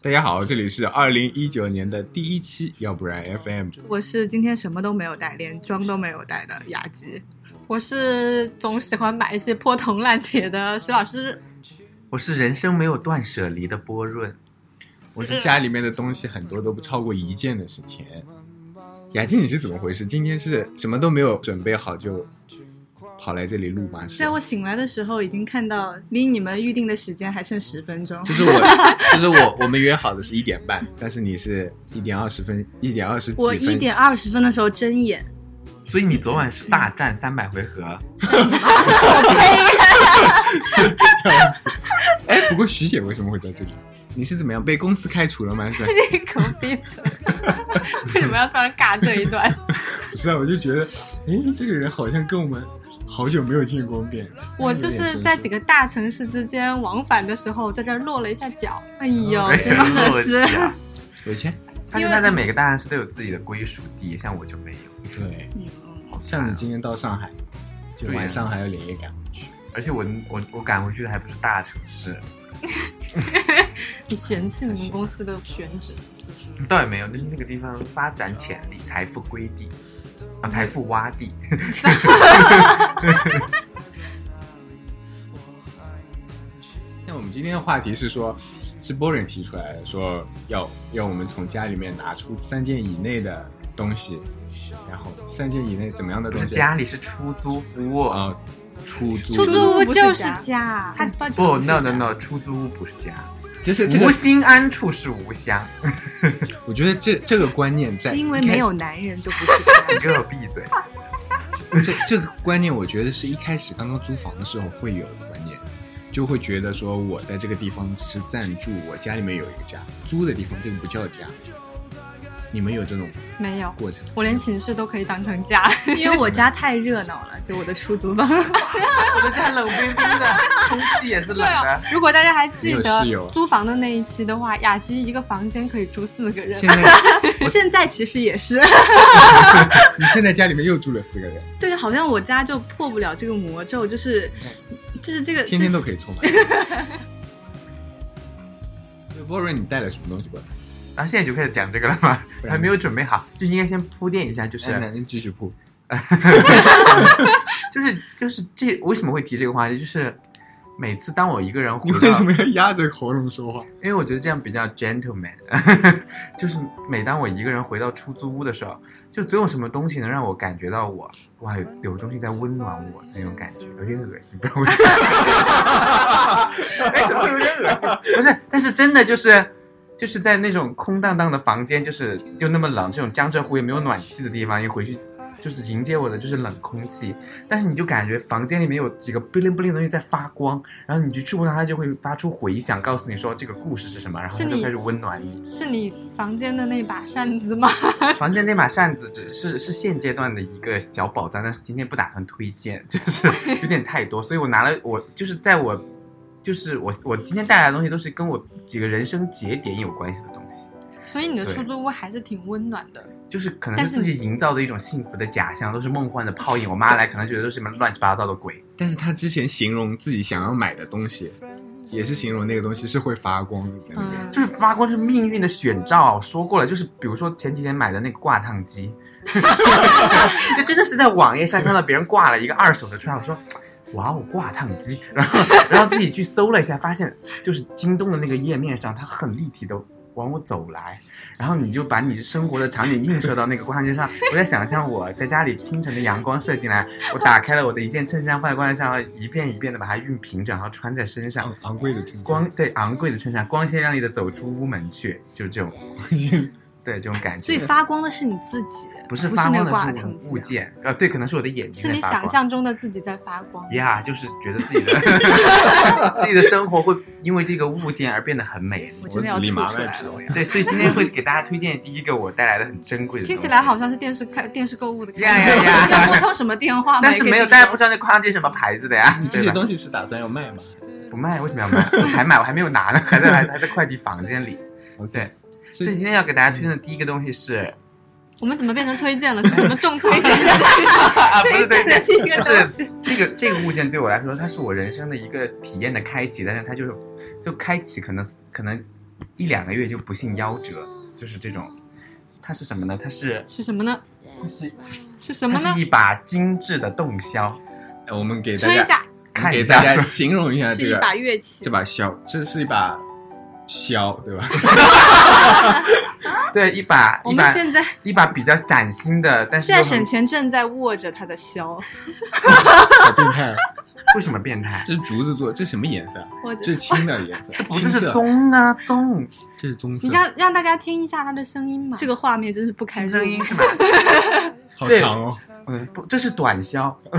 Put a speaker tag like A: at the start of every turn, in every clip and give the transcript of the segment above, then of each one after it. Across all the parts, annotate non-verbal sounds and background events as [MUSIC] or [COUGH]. A: 大家好，这里是二零一九年的第一期，要不然 FM。
B: 我是今天什么都没有带，连妆都没有带的雅集。
C: 我是总喜欢买一些破铜烂铁的徐老师。
D: 我是人生没有断舍离的波润，
A: 我是家里面的东西很多都不超过一件的事情。雅静，你是怎么回事？今天是什么都没有准备好就跑来这里录吗？是
B: 在我醒来的时候，已经看到离你们预定的时间还剩十分钟
A: 就。是我，就是我，我们约好的是一点半，但是你是一点二十分，一点二十几分。
B: 我一点二十分的时候睁
C: [LAUGHS]
B: 眼，
D: 所以你昨晚是大战三百回合，
A: 哎，不过徐姐为什么会在这里？你是怎么样被公司开除了吗？是
B: [LAUGHS]
A: 吧
C: 这个逼的，为什么要突然尬这一段？
A: 不是啊，我就觉得，哎，这个人好像跟我们好久没有见过面。哎
C: 我就是在几个大城市之间往返的时候，在这儿落了一下脚。
B: 哎呦，
D: 哎
B: 真
D: 呀
B: 的是
D: 洛基 [LAUGHS] 啊
A: 有钱，
D: 但是他在每个大城市都有自己的归属地，像我就没有，
A: 对，
B: 嗯
A: 像你今天到上海，就
D: 对呀
A: 晚上还要连夜赶回去。
D: 而且我我我赶回去的还不是大城市，
C: [LAUGHS] 你嫌弃你们公司的选址？
D: 倒也没有，就是那个地方发展潜力、财富归地啊，财富洼地。
A: 那我们今天的话题是说，是波人提出来的，说要要我们从家里面拿出三件以内的东西，然后三件以内怎么样的
D: 不
A: 东
D: 是
A: 西？
D: 家里是出租屋，
A: 啊，出租
C: 出
B: 租
C: 租
B: 屋
C: 屋
B: 不是
C: 就是
B: 家
C: 家，
B: 他把
D: 不，no no no，出租屋不是家，
A: 其实这个
D: 无，心安处是无香。
A: 我觉得这这个观念在
B: 是因为
A: 一开
B: 没
A: 始
B: 有男人就不是他
D: 你给我闭嘴！
A: 这这个观念，我觉得是一开始刚刚租房的时候会有的观念，就会觉得说我在这个地方只是暂住，我家里面有一个家，租的地方这个不叫家。你们有这种
C: 没有，
A: 过程？
C: 我连寝室都可以当成家。 [LAUGHS]
D: [LAUGHS]
B: 因为我家太热闹了，就我的出租
D: [LAUGHS]
B: 房。
D: 我的家冷冰冰的，空气也是冷的。
C: 如果大家还记
A: 你有室友
C: 得
A: 啊
C: 租房的那一期的话，雅集一个房间可以住四个人
A: 现。在 [LAUGHS]
B: 现在其实
D: [LAUGHS]
B: 也是，
A: 你现在家里面又住了四个人，
B: 对，好像我家就破不了这个魔咒，就是
D: 嗯
B: 就是这个
A: 天天都可
B: 以。
A: 以凑满。对波瑞，你带了什么东西过来？
D: 然啊后现在就开始讲这个了吗？
A: 对哎
D: 还没有准备好，就应该先铺垫一下，就是
A: 是，啊男人继续铺。
D: 就是就是这为什么会提这个话题？就是每次当我一个人回
A: 你为
D: 到
A: 什，么要压着喉咙说话？
D: 因为我觉得这样比较 gentleman，就是每当我一个人回到出租屋的时候，就总有什么东西能让我感觉到我哇有有东西在温暖我那种感觉，有点恶心，不知道为什么，哎，怎么会有点恶心？不是，但是真的就是。就是在那种空荡荡的房间，就是又那么冷，这种江浙沪也没有暖气的地方，一回去就是迎接我的就是冷空气，但是你就感觉房间里面有几个 bling bling 的东西在发光，然后你去触碰它，它就会发出回响，告诉你说这个故事是什么，然后它
C: 是你
D: 就开始温暖你。
C: 是你房间的那把扇子吗？ [LAUGHS]
D: 房间那把扇子只是是现阶段的一个小宝藏，但是今天不打算推荐，
C: [LAUGHS]
D: 就是有点太多，所以我拿了我就是在我就是我我今天带来的东西都是跟我几个人生节点有关系的东西，
C: 所以你的
D: 对
C: 出租屋还是挺温暖的。
D: 就是可能
C: 但
D: 是
C: 是
D: 自己营造的一种幸福的假象，都是梦幻的泡影。我妈来可能觉得都是什么乱七八糟的鬼，
A: 但是他之前形容自己想要买的东西，也是形容那个东西是会发光的，在那边。
C: 嗯，
D: 就是发光是命运的选照。我说过了，就是比如说前几天买的那个挂烫机， [LAUGHS] 就真的是在网页上看到别人挂了一个二手的出来，我说。哇哦，挂烫机！然后，然后自己去搜了一下，发现就是京东的那个页面上，它很立体的往我走来，然后你就把你生活的场景映射到那个挂烫机上。我在想象我在家里清晨的阳光射进来，我打开了我的一件衬衫放在挂烫上，一遍一遍的把它熨平整，然后穿在身上
A: 昂。昂贵的衬衫
D: 光对昂贵的衬衫，光鲜亮丽的走出屋门去，就是这种对这种感觉。
B: 所以发光的是你自己，
D: 嗯不
B: 是
D: 是发光
B: 那挂
D: 的是
B: 烫
D: 我
B: 机啊
D: 物。件，呃，对，可能是我的眼睛
C: 是
D: 在
C: 你
D: 发
C: 想
D: 光
C: 象中的自己在发光。
D: 呀就是觉得自己的自己的生活会因为这个物件而变得很美。
B: 我真的要
A: 我
B: 吐
A: 立马
B: 出
A: 卖
B: 来
A: 皮
B: 了，我要
D: 对，所以今天会给大家推荐第一个我带来的很珍贵的东西。
C: 听起来好像是电视看电视购物的感觉。
D: 呀呀呀！ [LAUGHS]
B: 要拨通什么电话吗？
D: 但是没有，
B: 给你
D: 大家不知道那扩香机什么牌子的呀
A: 你，这
D: 对
A: 些
D: 吧？
A: 东西是打算要卖吗？
D: 不卖，为什么要卖？我才买，我还没有拿呢，还在还还在快递房
A: [LAUGHS]
D: 间里。对，所以今天要给大家推荐的第一个东西是，
C: 我们怎么变成推荐了？是什么种草
D: 啊，不是
B: [LAUGHS]
D: 对
B: 推荐的第一个
D: 不
B: 东
D: 是
B: 西。
D: 这个这个物件对我来说，它是我人生的一个体验的开启，但是它就是就开启，可能可能一两个月就不幸夭折，就是这种。它是什么呢？它是
C: 是什么呢？
D: 它是
C: 是什么
D: 它
C: 呢
D: 是？一把精致的洞箫，
A: 哎我们给大
C: 吹一
A: 家
C: 下，
D: 看
A: 给
D: 一
A: 大
D: 下
A: 家
D: 是
A: 形容一下
B: 是
A: 这
B: 一
A: 个
B: 把乐器，
A: 这把箫，这是一把箫，对 [LAUGHS] 吧？
D: 对一把
B: 我
D: 一
B: 们
D: 把
B: 现在
D: 一把比较崭新的，但是
B: 现
D: 又
B: 在
D: 很
B: 沈泉正在握着他的箫，
A: 好变态啊！
D: 为什么变态？
A: 这是竹子做，这是什么颜色啊？
B: 握
A: 这
B: 着
A: 是青的颜色，
D: 不，
A: 青
D: [LAUGHS] 这是
A: 色，
D: 棕啊棕，
A: 这是棕色
C: 你，让让大家听一下它的声音嘛。
B: 这个画面真是不堪
D: 听
B: 入
D: 声
B: 目
D: 音是吗？
A: 好
D: 对
A: 长哦。
D: 嗯，不，这是短箫， [LAUGHS]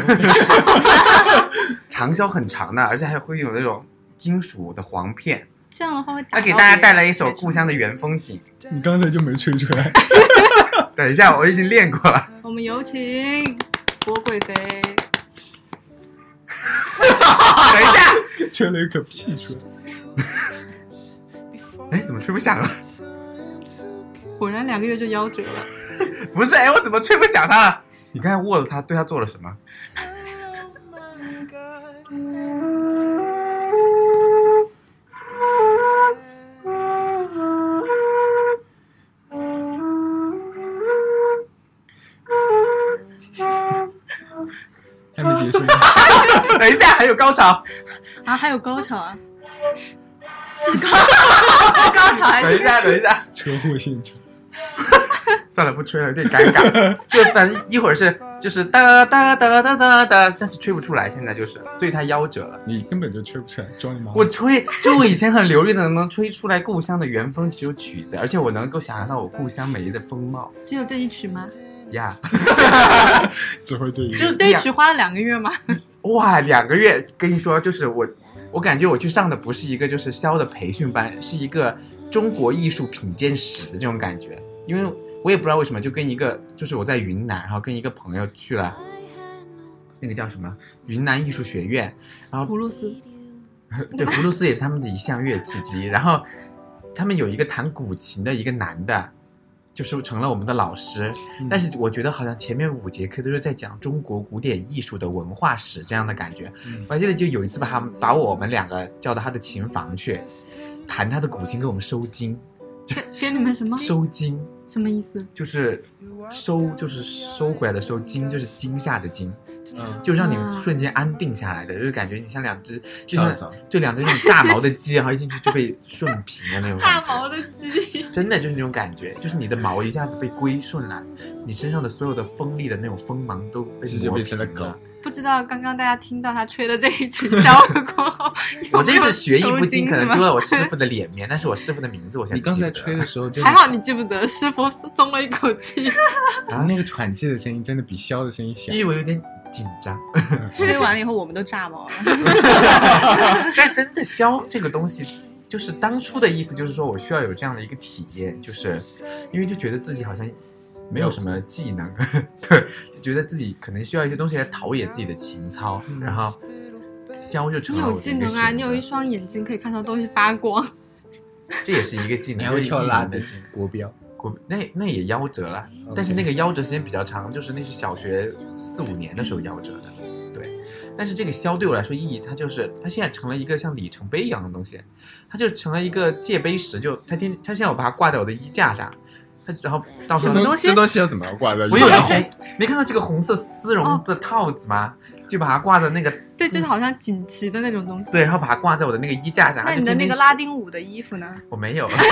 D: 长箫很长的，而且还会有那种金属的簧片。
B: 这样的话会打
D: 它
B: 到
D: 给大家带来一首
B: 别人
D: 《故乡的原风景
A: 你刚才就没吹出来，》。
D: [LAUGHS] 等一下，我已经练过了。
B: 我们有请郭贵妃，
D: [LAUGHS] 等一下，
A: 吹了一个屁出来。
D: 哎，怎么吹不响了？
C: 果然两个月就夭折了。
D: 不是，哎，我怎么吹不响它了？你刚才握了它，对它做了什么？ [LAUGHS]
A: 还没结束呢，
D: 等一下，还有高潮。
B: 啊，还有高潮啊！这是高高潮还
D: 等一
B: 是
D: 下，等一下，
A: [LAUGHS] 车祸现场。
D: 算了，不吹了，有点尴尬。 [LAUGHS] 就反正一会儿是就是哒哒哒哒哒哒，但是吹不出来，现在就是，所以它夭折了。
A: 你根本就吹不出来，装你妈！
D: 我吹，就我以前很流利的能吹出来故乡的原风只有曲子，而且我能够想象到我故乡美丽的风貌
C: 只有这一曲吗？
D: 呀。
A: 只会这一
D: 就
C: 这一曲花了两个月吗？
D: 哇，两个月，跟你说，就是我，我感觉我去上的不是一个就是箫的培训班，是一个中国艺术品鉴史的这种感觉，因为我也不知道为什么，就跟一个就是我在云南，然后跟一个朋友去了。那个叫什么？云南艺术学院，
C: 葫芦丝，
D: 对，葫芦丝也是他们的一项乐器之一。然后他们有一个弹古琴的一个男的，就是成了我们的老师。但是我觉得好像前面五节课都是在讲中国古典艺术的文化史这样的感觉。
A: 嗯
D: 我还记得就有一次把他们把我们两个叫到他的琴房去，弹他的古琴给我们收经，
C: 给给你们什么
D: 收经
C: 什么意思？
D: 就是收就是收回来的收，经就是惊吓的惊。
A: 嗯，
D: 就让你
C: 啊
D: 瞬间安定下来的，就是感觉你像两只，就
A: 稻
D: 像
A: 草
D: 就两只那种炸毛的鸡，然后一进去就被顺平的那种感
B: [LAUGHS] 炸
D: 觉，
B: 毛的鸡？
D: 真的就是那种感觉，就是你的毛一下子被归顺了，你身上的所有的锋利的那种锋芒都被
A: 直接
D: 磨
A: 变成了
D: 平
A: 狗
D: 了。
C: 不知道刚刚大家听到他吹的这一曲箫了过后，
D: [LAUGHS] 我这次学艺不
B: [LAUGHS]
D: 精，
B: 头巾
D: 可
B: 是
D: 能
B: 吗
D: 丢了我师傅的脸面，但是我师傅的名字我现
A: 你
D: 在
A: 刚
D: 记
A: 才
D: 得。
A: 吹的时候真的，
C: 还好你记不得，师傅松了一口气。
A: 然后那个喘气的声音真的比箫的声音响 [LAUGHS]
D: 因。为我有点紧张。
B: 吹完了以后我们都炸毛了。
D: 但真的箫这个东西，就是当初的意思，就是说我需要有这样的一个体验，就是因为就觉得自己好像没有什么技能， [LAUGHS] 对，就觉得自己可能需要一些东西来陶冶自己的情操，
A: 嗯
D: 然后箫就成
C: 你
D: 了我
C: 有
D: 的
C: 技
D: 一个
C: 能啊，
D: 选
C: 你有一
D: 择，
C: 双眼睛可以看到东西发光。 [LAUGHS]
D: 这也是一个技
A: 你
D: 能，
A: 还
D: 就是
A: 会
D: 一
A: 跳
D: 个
A: 拉
D: 人
A: 的
D: 的技能。
A: 国标，
D: 我那那也夭折了
A: OK
D: 但是那个夭折时间比较长，就是那是小学四五年的时候夭折的，对。但是这个箫对我来说意义，它就是它现在成了一个像里程碑一样的东西，它就成了一个界碑石，就它天它现在我把它挂在我的衣架上，它然后到时
A: 这
D: 候
B: 么东西
A: 这东西要怎么挂在？
D: 我有一
A: 一
D: 红，没看到这个红色丝绒的套子吗？就把它挂在那个
C: 对，就是好像锦旗的那种东西。
D: 嗯对，然后把它挂在我的那个衣架上。
B: [LAUGHS]
D: 它
B: 那
D: 就
B: 你的
D: 天
B: 那
D: 天
B: 个
D: 是
B: 拉丁舞的衣服呢？
D: 我
B: [LAUGHS]
D: 没有。
B: 是不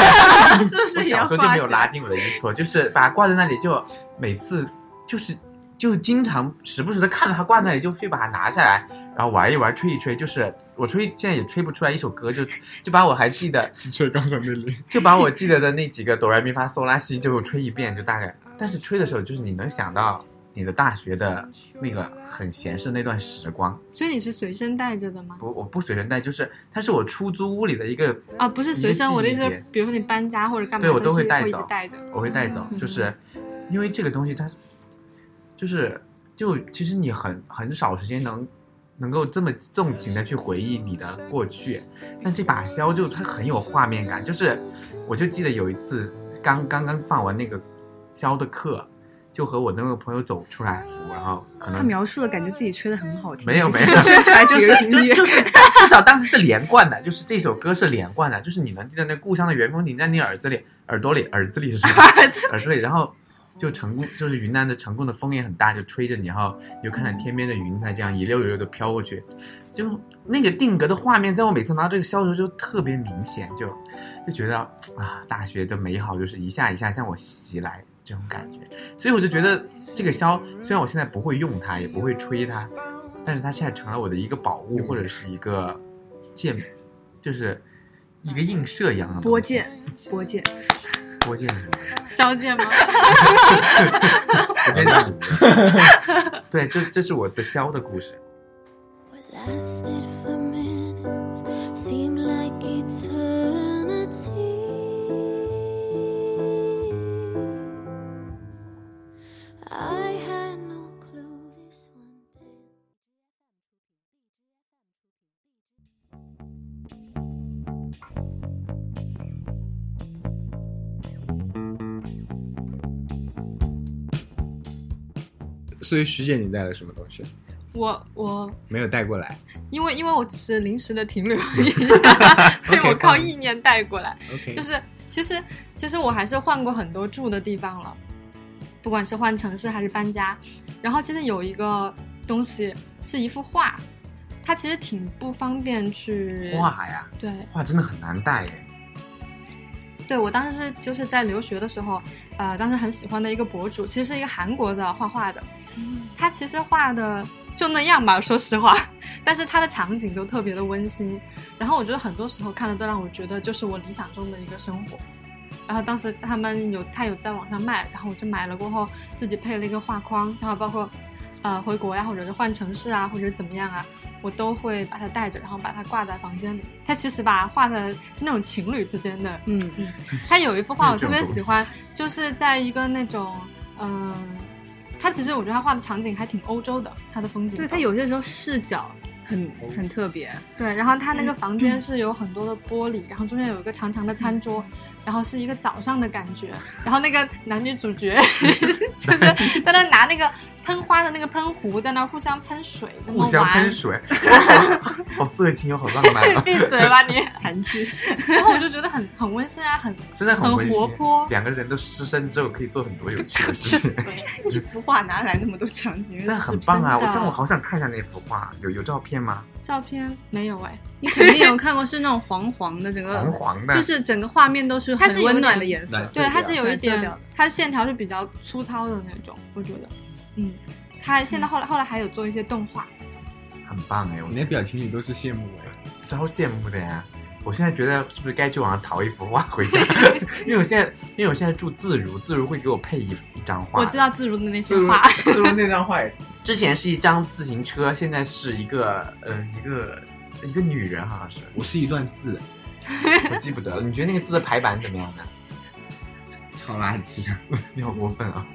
D: 我
B: 是也
D: 小
B: 要
D: 时候就
B: 挂
D: 没
B: 起
D: 有拉
B: 来？
D: 丁舞的衣服，就是把它挂在那里，就每次就是就经常时不时的看到它挂那里，就去把它拿下来，然后玩一玩，吹一吹。就是我吹，现在也吹不出来一首歌，就就把我还记得，
A: 只吹刚才那里。
D: 就把我记得的那几个哆来咪发嗦拉西就吹一遍，就大概。但是吹的时候，就是你能想到你的大学的那个很闲适的那段时光。
C: 所以你是随身带着的吗？
D: 不，我不随身带，就是它是我出租屋里的一个
C: 啊，不是随身，
D: 嗯一个记忆
C: 我的意思是
D: 点，
C: 比如说你搬家或者干嘛，
D: 对我
C: 都
D: 都
C: 是
D: 会
C: 会
D: 带
C: 一
D: 走
C: 直带着。
D: 我会带走，
C: 嗯
D: 就是因为这个东西它，就是就其实你很很少时间能能够这么纵情的去回忆你的过去，但这把箫就它很有画面感，就是我就记得有一次刚刚刚放完那个箫的课，就和我的那个朋友走出来服，然后可
B: 他
D: 能
B: 描述了，感觉自己吹的很好听。
D: 没有
B: 其实
D: 没有
B: 吹出
D: [LAUGHS]
B: 来
D: 就
B: 几 [LAUGHS]
D: 是
B: 个音
D: 就
B: 乐
D: 就是，至少当时是连贯的，就是这首歌是连贯的，就是你能记得那故乡的原风景在你耳子里、耳朵里、耳子里是什么？耳朵里，然后就成功，就是云南的成功的风也很大，就吹着你，然后你就看着天边的云彩这样一溜一溜的飘过去，就那个定格的画面，在我每次拿到这个箫的时候就特别明显，就就觉得啊，大学的美好就是一下一下向我袭来。这种感觉，所以我就觉得这个箫，虽然我现在不会用它，也不会吹它，但是它现在成了我的一个宝物，或者是一个剑，就是一个映射一样的东西
B: 拨，剑，拨剑，
D: 拨剑是什么？
C: 肖剑
D: [LAUGHS]
C: 吗？
D: 对，这这是我的箫的故事。
E: What lasted for minutes seemed like eternity. I had no clue this one day.
A: 所以徐姐，你带了什么东西？
C: 我我
A: 没有带过来。
C: 因为因为我只是临时的停留一
D: [LAUGHS]
C: 下，所以
A: OK，
C: 我靠
A: 放
C: 意念带过来。
A: OK，
C: 就是其实其实我还是换过很多住的地方了，不管是换城市还是搬家。然后其实有一个东西是一幅画，它其实挺不方便去。
D: 画呀，
C: 对
D: 画真的很难带耶。
C: 对，我当时是就是在留学的时候，呃，当时很喜欢的一个博主，其实是一个韩国的画画的，他其实画的就那样吧，说实话， [LAUGHS] 但是他的场景都特别的温馨。然后我觉得很多时候看的都让我觉得就是我理想中的一个生活。然后当时他们有他有在网上卖，然后我就买了过后自己配了一个画框，然后包括呃回国呀、或者是换城市啊，或者怎么样啊。我都会把它带着，然后把它挂在房间里。它其实吧，画的是那种情侣之间的，嗯嗯。它有一幅画我特别喜欢，就是在一个那种，嗯、它其实我觉得它画的场景还挺欧洲的，它的风景。
B: 对他有些时候视角很很特别，
C: 对，然后他
B: 嗯
C: 那个房间是有很多的玻璃，然后中间有一个长长的餐桌，然后是一个早上的感觉，然后那个男女主角 [LAUGHS] 就是在那拿那个喷花的那个喷壶在那互相喷水，在那
D: 互相
C: 玩
D: 喷。水， [LAUGHS] 好好色情又好浪
C: [LAUGHS]
D: 漫啊，
C: 闭嘴吧你！
B: [LAUGHS] 韩剧。
C: 然后我就觉得很很温馨啊，很
D: 真的很温馨
C: 很活泼
D: 两个人都失身之后可以做很多有趣的事
C: [LAUGHS]
D: 情，
B: 一幅画哪来那么多场景？
D: 但很棒啊！我
C: 真的
D: 但我好想看一下那幅画，有有照片吗？
C: 照片没有哎，
B: 你肯定有看过，是那种黄黄的，整个
C: 嗯
D: 黄黄的，
B: 就是整个画面都是
C: 它是
B: 很
C: 有
B: 温暖
C: 点
B: 的颜色
A: 蓝。色
C: 对，它是有一
B: 蓝色调
C: 点
B: 的，
C: 它线条是比较粗糙的那种，我觉得，嗯，它现在后来后来还有做一些动画，
D: 很棒哎！我
A: 你的表情里都是羡慕哎。
D: 超羡慕的呀！我现在觉得是不是该去网上淘一幅画
C: [LAUGHS]
D: 回家？因为我现在因为我现在住自如，自如会给我配一一张画，
C: 我知道自如的那些
D: 自如
C: 画，
B: [LAUGHS]
D: 自如那张画也，之前是一张自行车，现在是一个呃一个一个女人，好像是，
A: 我是一段字，
D: 我记不得了。你觉得那个字的排版怎么样呢？
A: 超垃圾。
D: 你好过分啊！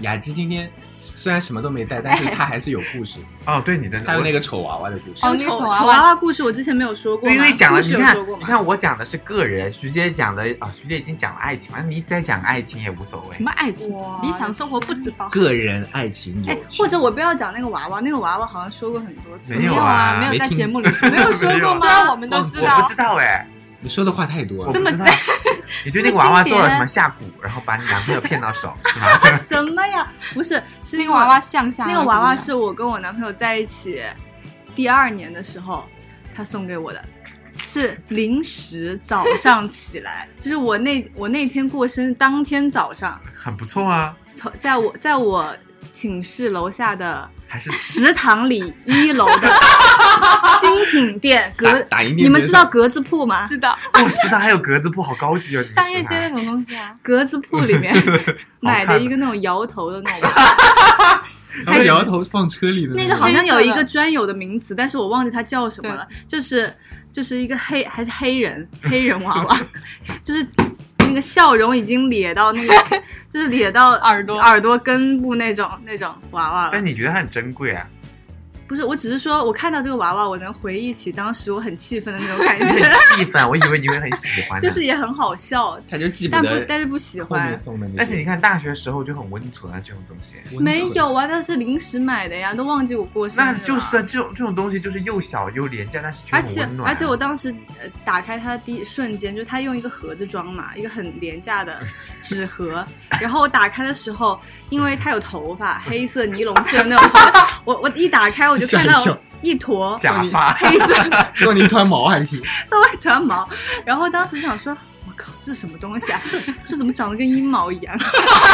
A: 雅姬今天虽然什么都没带，但是她还是有故事，
D: 哦，对，你
B: 哎
D: 的
A: 还有那
D: 个。
A: 个丑娃娃的故事。
C: 哦那个
B: 丑
C: 丑娃娃
B: 娃娃故事，我之前没有说过吗，
D: 因为讲了，
B: 故事
D: 你
B: 有
D: 看
B: 说过，
D: 你
B: 吗？
D: 看我讲的是个人，徐姐讲的啊、徐姐已经讲了爱情了，你再讲爱情也无所
C: 什
D: 谓。
C: 么爱情
B: 哇、
C: 理想生活不止包含。
A: 个人爱情
B: 哎
A: 友，情，
B: [LAUGHS] 或者我不要讲那个娃娃，那个娃娃好像说过很多次，
D: 没有
C: 有
D: 啊
C: 没有在节
B: [LAUGHS]
C: 目里说
B: 没有说
C: 虽
B: 过
C: 然
B: 吗？
C: 我们都知
D: 我
C: 道
D: 不，知道哎，
A: 你说的话太多
D: 我
A: 了
D: 不。
C: 这么
D: 知道
C: 在。
D: 你对那个娃娃做了什么下蛊，然后把你男朋友骗到手是吗？
B: 什么呀？不是，是
C: 那
B: 因
C: 个
B: 为
C: 娃娃向下，
B: 那个娃娃是我跟我男朋友在一起第二年的时候，他送给我的，是临时早上起来， [LAUGHS] 就是我那我那天过生日当天早上，
D: [LAUGHS] 很不错啊，
B: 从在我在我寝室楼下的
D: 还是
B: 食堂里一楼的
A: [LAUGHS]
B: 精品店
A: 打
B: 格，
A: 打赢
B: 你们知道格子铺吗？
C: 知道
D: 哦，食堂还有格子铺，好高级哦！
C: 商业街那
D: 的
C: 种东西啊，
B: 格子铺里
A: [LAUGHS]
B: 面买的一个那种摇头的那种。
A: 他们摇头放车里的
B: 那个好像有一个专有的名词，但是我忘记它叫什么了。就是就是一个黑还是黑人黑人娃 [LAUGHS] 娃，就是那个笑容已经咧到那
C: [LAUGHS]
B: 个就是咧到
C: 耳朵
B: [LAUGHS] 耳朵根部那种那种娃娃
A: 哎
B: 了。
D: 但你觉得它很珍贵啊？
B: 不是，我只是说我看到这个娃娃，我能回忆起当时我很气愤的那种
A: [LAUGHS]
B: 感
D: 很
B: 觉，
D: 气愤，啊我以为你会很喜欢呢。
B: 就是也很好笑，
A: 他就记
B: 但不
A: 得，
B: 但是不喜
A: 后面
B: 欢。
A: 送的那些。
D: 但是你看大学时候就很温存啊，这种东西。
A: 温存
B: 没有啊，那是临时买的呀，都忘记我过生日
D: 那
B: 了。
D: 就是啊，这种这种东西就是又小又廉价，但是却
B: 而
D: 很
B: 且
D: 温暖啊。
B: 而且我当时呃打开它的第一瞬间，就是它用一个盒子装嘛，一个很廉价的纸盒。然后我打开的时候，因为它有头发，黑色尼龙线的那种头发，我我一打开我就看
A: 吓一
B: 到
A: 跳
B: 一坨
D: 假发，
B: 黑色的
A: 送你一团毛还行，
B: 一团毛，然后当时想说。我靠，这是什么东西啊？这怎么长得跟阴毛一样？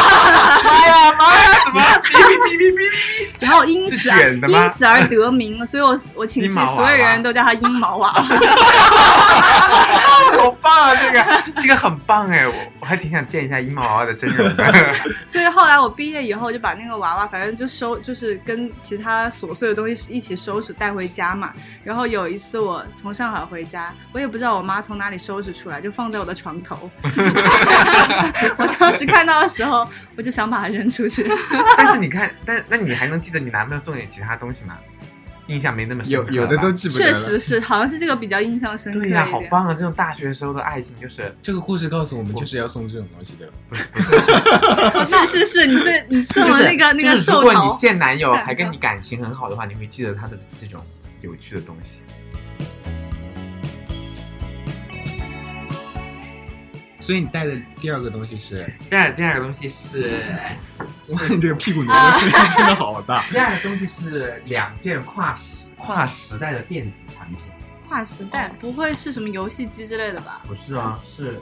D: 哎呀妈呀，什么哔哔哔哔哔哔，
B: 然后因此啊
D: 是卷的吗
B: 因此而得名了，所以我我寝室
D: 阴毛娃娃
B: 所有人都叫它阴毛娃娃。
D: 哎好棒啊！这个这个很棒哎，我我还挺想见一下阴毛娃娃的真人的。
B: 所以后来我毕业以后就把那个娃娃，反正就收，就是跟其他琐碎的东西一起收拾带回家嘛。然后有一次我从上海回家，我也不知道我妈从哪里收拾出来，就放在我的床头。我当时看到的时候，我就想把它扔出去。
D: [LAUGHS] 但是你看，但那你还能记得你男朋友送你其他东西吗？印象没那么深
A: [LAUGHS]
D: 刻
A: 有
D: 了吧
A: 有的都记不得
B: 确
A: 了。
B: 实是，好像是这个比较印象深刻一
D: 对呀、
B: 点。
D: 好棒啊！这种大学时候的爱情就是
A: 这个故事告诉我们，就是要送这种东西的。
B: 是是是，你这你送了那个、
D: 就是就
B: 那个
D: 是
B: 寿
D: 如果你
B: 桃，
D: 现男友
B: 感觉
D: 还跟你感情很好的话，你会记得他的这种有趣的东西。
A: 所以你带的第二个东西是，
D: 第二第二个东西是，
A: [LAUGHS] 哇，你这个屁股扭的声 [LAUGHS] 音真的好大。
D: 第二个东西是两件跨时跨时代的电子产品。
C: 跨时代
B: 不会是什么游戏机之类的吧？
D: 不是啊，是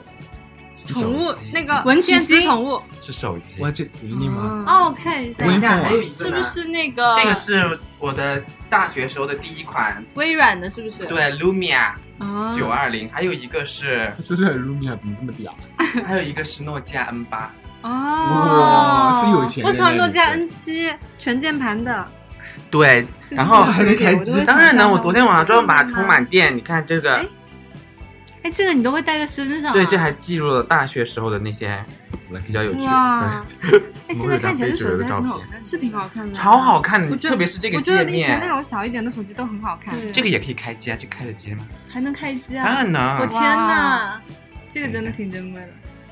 C: 宠物
D: 手机
C: 那个
B: 文曲
C: 电子
B: 星
C: 宠物，
D: 是手机
A: [LAUGHS] 哇，这有你吗？
C: 嗯
B: 哦，我看一下
A: 我，也
D: 等一下还有一
B: 是
D: 个
B: 不
D: 呢
B: 是那个
D: 这个是我的大学时候的第一款，
B: 微软的？是不是？。
D: 对 Lumia
C: 啊
D: 九二零，还有一个是
A: 是不是很 Lumia？怎么这啊么屌？
D: 还有一个是诺基亚 N 八，
C: 哦，
A: 哇，是有钱人的女生。
C: 我喜欢诺基亚 N 七全键盘的，
D: [LAUGHS] 对，然后
A: 哇还能开机
B: 我都会
D: 当然
B: 想
D: 呢，
B: 象
D: 我昨天晚上专门把它充满电，你看这个
C: 哎，
B: 哎，这个你都会带在身上、啊？
D: 对，这还记录了大学时候的那
B: [LAUGHS]
D: 些
B: 嗯
D: 比 [LAUGHS] 较有趣，
C: 哇，
B: 哎，现在看起来这手机还挺好
D: 我有一张非主流的照
B: 看，
C: 是挺好看的，
D: 超好看
C: 我
D: 的，
C: 觉得
D: 特别是这个
C: 我觉
D: 界
C: 得以前
D: 面嗯
C: 那，种小一点的手机都很好看。
B: 对
D: 这个也可以开机啊，这开得机吗？
B: 还能开机
D: 当
B: 啊！
D: 然
B: 我
D: 能，
B: 天哪，这个真的挺珍贵的，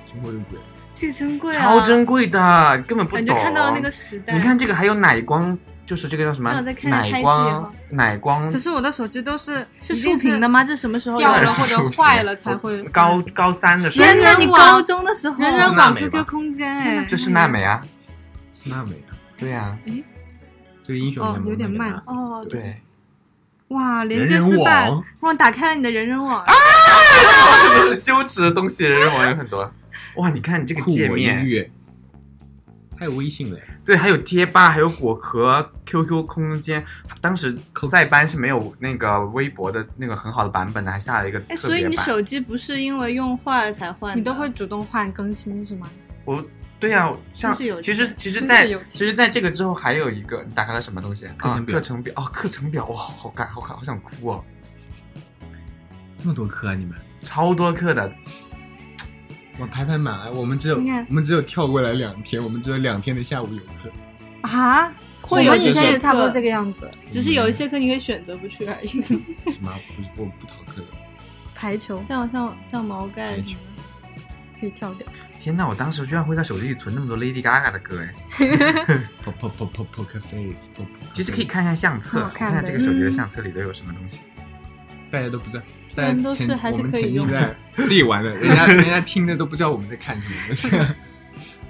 A: 什么鬼？
B: 这个珍贵啊，
D: 超珍贵的，根本不
B: 感
D: 懂。
B: 觉看到了那个时代。
D: 你看这个还有奶光，就是这个叫什么
B: 那我再看看
D: 奶
B: 开机
D: 光
B: 哈
D: 奶光
C: 可，是我的手机都是
B: 是触屏的
C: 吗？
B: 吗？这什么时候
C: 掉
D: 当
C: 了
D: 然
C: 或
D: 是
C: 者
D: 手机
C: 坏了才会
D: 我高高三的时候
B: 原来你
C: 人人
B: 高
C: 网
B: 中的时候，
C: 人
D: 是
C: 人
D: 娜
C: 网
D: 美吧
C: QQ 空间
B: 天哪
C: 哎，
D: 这是娜美啊，
A: 是娜美啊，
D: 对呀，
A: 这个英雄联盟
C: 哦有点慢
B: 哦，
A: 对
D: 对，
C: 哇，连
A: 人
C: 接
A: 人
C: 失败，
A: 网，
B: 哇，打开了你的人人网，
D: 啊这是羞耻的东西，人人网有很多。 [LAUGHS] 哇，你看这个
A: 酷
D: 界
A: 我音
D: 面，
A: 乐，还有微信嘞，
D: 对，还有贴吧，还有果壳、QQ 空间。当时塞班是没有那个微博的那个很好的版本的，还下了一个
B: 哎，
D: 特
B: 所以
D: 别
B: 你
D: 版。
B: 手机不是因为用坏了才换的，
C: 你都会主动换更新是吗？
D: 我对呀、像
B: 真是有
D: 其实其实
C: 真
D: 在
C: 是有钱
D: 其实在这个之后还有一个，你打开了什么东西？
A: 课程
D: 啊
A: 表
D: 课程表哦，课程表哇，好好看，好看，好想哭哦，
A: 这么多课啊你们。
D: 超多课的。
A: 我排排满，我们只有
C: 你看
A: 我们只有跳过来两天，我们只有两天的下午有课。
C: 啊，我
B: 会有
C: 们
B: 这
C: 以前
B: 些
C: 也差不多
B: 课
C: 这个样子。
B: 只是有一些课你可以选择不去而已，
A: 什么？我不我不逃课的，
C: 排球
B: 像像像毛概什么的。
C: 可以跳掉，
D: 天呐，我当时居然会在手机里存那么多 Lady Gaga 的歌哎！
A: po po po po poker face，po- po-
D: 其实可以看一下相册，
C: 很好看
D: 看
C: 的
D: 一下这个手机的相册里都有什么东西。
A: 大家都不知道，大
B: 但
A: 家
B: 都是
A: 前
B: 还是
A: 我们
B: 可以
A: 沉
B: 用
A: 浸在
B: 的
A: 自己玩的，人家人家听的都不知道我们在看什么东西。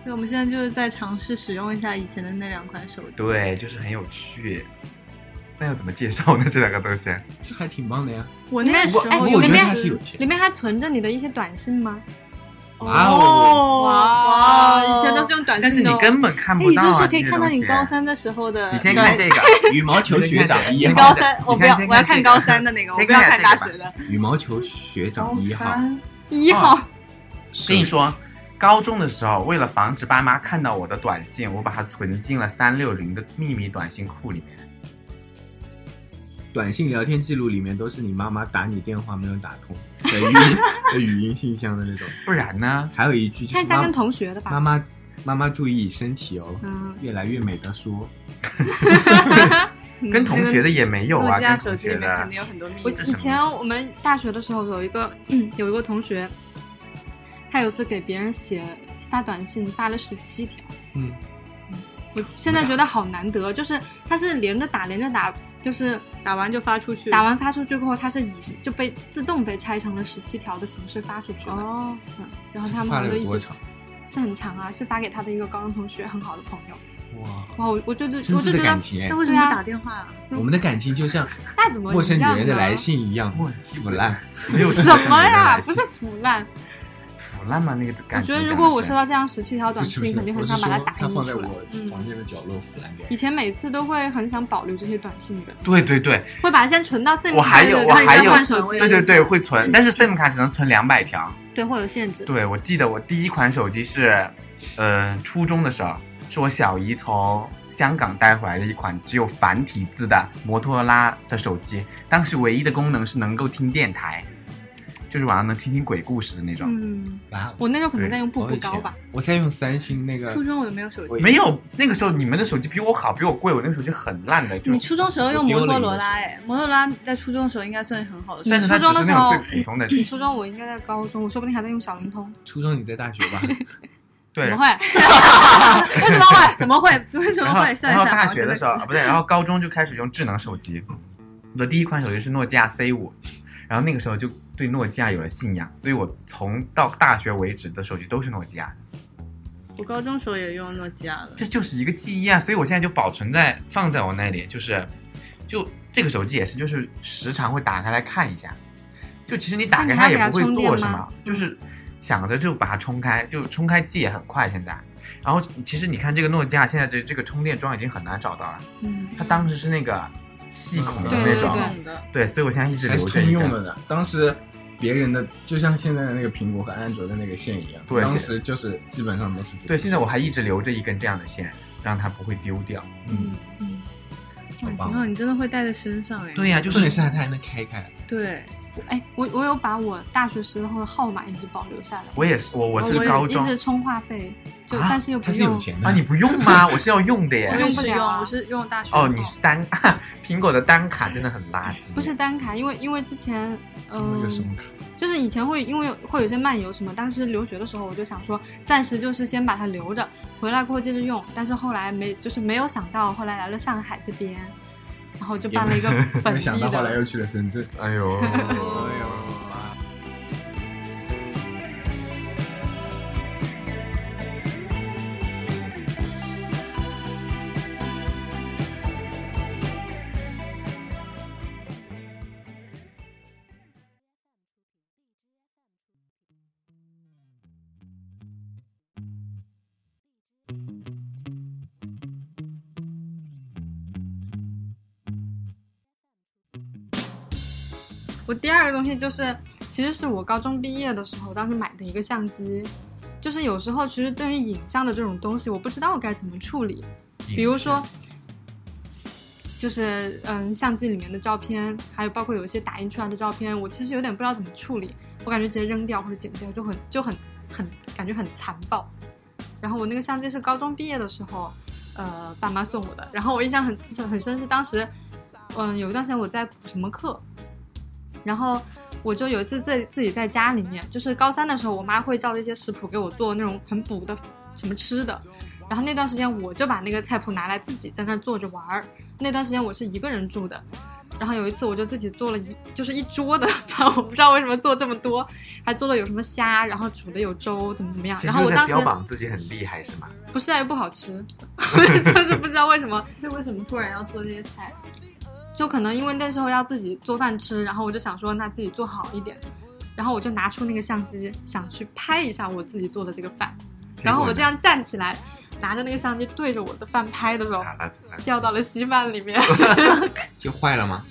B: 对，我们现在就是在尝试使用一下以前的那两款手机。
D: 对，就是很有趣。那要怎么介绍呢？这两个东西，
A: 这还挺棒的呀。
B: 我那时
C: 哎，
B: 候
A: 我
B: 有
A: 觉
C: 里
A: 得
C: 面
A: 他是有钱
C: 里面还存着你的一些短信吗？
A: 哇哦，
B: 哦
C: 以前都是用短
D: 但是
C: 信
D: 你
C: 的哦。
D: 根本看
B: 哎，
D: 不
B: 你
D: 到
B: 就
D: 啊。
B: 说可以看到
D: 这
B: 你
D: 些东西
B: 高，三的时候的
D: 你先看这个，
A: 羽毛球学长一
D: 你
A: 号，
D: 看
B: 高
D: 这
B: 三，我
D: 你
B: 不
D: 看
B: 要
D: 先，
B: 我要
D: 看这
B: 看
D: 个
B: 高三的那个，我
D: 先
B: 不要
D: 看
B: 看
D: 这
B: 大
D: 个吧
B: 学的。
A: 羽毛球学长一号，
C: 一号
D: 啊跟你说，高中的时候，为了防止爸妈看到我的短信，我把它存进了三六零的秘密短信库里面。
A: 短信聊天记录里面都是你妈妈打你电话没有打
C: [LAUGHS]
A: 通的语音的语音信箱的那种。
D: 不然呢？
A: 还有一句就
C: 看
A: 是
C: 一下
A: 妈
C: 跟同学的吧。
A: 妈妈妈妈注意身体哦，
C: 嗯，
A: 越来越美的说，
B: 嗯
D: 跟同学的也没有啊，
B: 诺基亚
D: 跟
B: 手
D: 同
B: 机里
D: 学
B: 面肯
D: 的
B: 定有很多秘
C: 我
B: 密
D: 这
C: 以
D: 是什么
C: 前我们大学的时候有一个 [CLEARS THROAT] 有一个同学，他有一次给别人写发短信发了十七条，
A: 嗯，
C: 我现在觉得好难得，就是他是连着打连着打，就是
B: 打完就发出去。
C: 打完发出去过后，他是以就被自动被拆成了十七条的形式发出去的。
B: 哦，
C: 嗯，然后他
A: 是
C: 们
A: 发
C: 好像
A: 了
C: 就
A: 有
C: 一
A: 多
C: 直
A: 长？
C: 是很长啊，是发给他的一个高中同学，很好的朋友。
A: 哇，
C: 哇，我我就就
A: 真
C: 我
A: 挚
C: 就
A: 的
C: 觉
A: 感
C: 得
A: 情哎
B: 那，为什
C: 对
B: 么
C: 啊
B: 不打电话？
A: 我们的感情就
C: [LAUGHS]
A: 像
C: 那怎么
A: 陌生
C: 一
A: 女
C: 样啊
A: 人的
C: 呢
A: 来信一样
D: 陌生
A: 腐烂。
D: 没
C: [LAUGHS]
D: 有
C: 什么呀？不是
D: 陌生人的
C: 腐烂，
D: 腐烂吗？那个
C: 我
D: 感
C: 觉
D: 情
C: 得
D: 讲
C: 如果我
D: 是
C: 收到这样十七条短
A: 不是不
C: 信，
A: 是，
C: 肯定
A: 我
C: 很
A: 是
C: 想把它
A: 说
C: 打
A: 它
C: 印
A: 放在
C: 出来
A: 我。房
C: 嗯，
A: 间的角落腐烂掉。
C: 以前每次都会很想保留这些短信的，
D: 对对对
C: 会把它先存到 SIM
D: 我还
C: 卡
D: 有
C: 里
D: 我
C: 然后
D: 还
C: 再
D: 有
C: 换手机。
D: 对对对，会存，但是 SIM 卡只能存两百条。
C: 对，会有限制。
D: 对，我记得我第一款手机是，呃，初中的时候，是我小姨从香港带回来的一款只有繁体字的摩托罗拉的手机。当时唯一的功能是能够听电台，就是晚上能听听鬼故事的那种。
C: 嗯，
A: 哇哦，
C: 我那时候可能在用步
A: 好
C: 步
A: 有
C: 高
A: 钱
C: 吧。，
A: 我在用三星那个
B: 初，中我都没有手机。
D: 没有，那个时候你们的手机比我好，比我贵，我那个手机很烂的，就
B: 你初中时候用
A: 我丢了
B: 摩托
A: 一个
B: 罗拉，哎，摩托罗拉在初中的时候应该算是很好的手
D: 但
B: 机。
D: 是它只
C: 初中的
D: 是
C: 时
D: 那
C: 候
D: 种最普通的。
C: 初中我应该在高中，我说不定还在用小灵通。
A: 初中你在大
C: [LAUGHS]
A: 学吧？
D: 对，
C: 怎么
D: 然
C: 会
D: 后？
C: [LAUGHS]
B: 为什么会？怎么会？
D: [LAUGHS]
B: 为什 [LAUGHS] 么会？算
D: 然
B: 一
D: 后
B: 下，
D: 大
B: 我
D: 学
B: 真
D: 的时候啊，不对，然后高中就开始用智能手机。我的第一款手机是诺基亚 C 五，然后那个时候就对诺基亚有了信仰，所以我从到大学为止的手机都是诺基亚，
B: 我高中时候也用诺基亚的。
D: 这就是一个记忆啊，所以我现在就保存在放在我那里，就是就这个手机也是，就是时常会打开来看一下，就其实你打开它也不会做什么，就是想着就把它冲开，就冲开机也很快现在。然后其实你看这个诺基亚现在这这个充电桩已经很难找到了。
C: 嗯，
D: 它当时是那个细孔的
A: 嗯
D: 那
C: 对
D: 种，
B: 懂的。
D: 对所以我现在一直
A: 还是
D: 留着
A: 通
D: 一
A: 用的
D: 个。
A: 呢。当时别人的就像现在的那个苹果和安卓的那个线一样，
D: 对
A: 当
D: 现
A: 时就是基本上都是这个。
D: 对，现在我还一直留着一根这样的线，让它不会丢掉。
A: 嗯，
B: 哇，
A: 棒
B: 嗯挺好，你真的会带在身上哎。
D: 对呀、就
A: 就是是你现在它还能开开，
B: 对，
C: 哎，我我有把我大学时候的号码一直保留下来，
D: 我也是，我我是
C: 一直
D: 高
C: 一
D: 中
C: 直充话费，就
D: 啊
C: 但是又
A: 它
C: 不
A: 是有
C: 用。
A: 钱的
D: 啊，你不用吗？我是要用的耶
B: 我
C: [LAUGHS] 我。
B: 用
C: 用
B: 不
C: 不
B: 了
C: 了
B: 啊，
C: 啊
B: 我是用大学的号。
D: 哦，你是单 [LAUGHS] 苹果的单卡真的很垃圾。
C: 不是单卡，因为因为之前，嗯、
A: 那个什么卡？
C: 就是以前会因为会有些漫游什么，当时留学的时候我就想说，暂时就是先把它留着，回来过后接着用。但是后来没，就是没有想到，后来来了上海这边，然后就办
A: [LAUGHS]
C: 了一个本
A: 没
C: 地
A: 想到后来
C: 的。
A: 又去了深
D: [LAUGHS]
A: 圳。
D: 哎
C: [LAUGHS]
D: 呦，
A: 哎呦，
C: 我第二个东西就是，其实是我高中毕业的时候，当时买的一个相机。就是有时候其实对于影像的这种东西，我不知道该怎么处理。比如说，就是嗯，相机里面的照片，还有包括有一些打印出来的照片，我其实有点不知道怎么处理，我感觉直接扔掉或者剪掉就很就很很感觉很残暴。然后我那个相机是高中毕业的时候，呃，爸妈送我的。然后我印象很很深是当时，嗯，有一段时间我在补什么课，然后我就有一次自自己在家里面，就是高三的时候，我妈会照着一些食谱给我做那种很补的什么吃的。然后那段时间我就把那个菜谱拿来自己在那儿坐着玩儿。那段时间我是一个人住的，然后有一次我就自己做了一就是一桌的 [LAUGHS] 饭，我不知道为什么做这么多，还做了有什么虾，然后煮的有粥，怎么怎么样。然后我当时
D: 标榜自己很厉害是吗？
C: 不 [LAUGHS] 是啊，又不好吃，就是不知道为什么
B: 那为什么突然要做这些菜？
C: 就可能因为那时候要自己做饭吃，然后我就想说那自己做好一点，然后我就拿出那个相机想去拍一下我自己做的这个饭，然后我这样站起来，拿着那个相机对着我的饭拍的时候，
D: 咋了咋了？
C: 掉到了稀饭里面。 [LAUGHS]
A: 就坏了吗？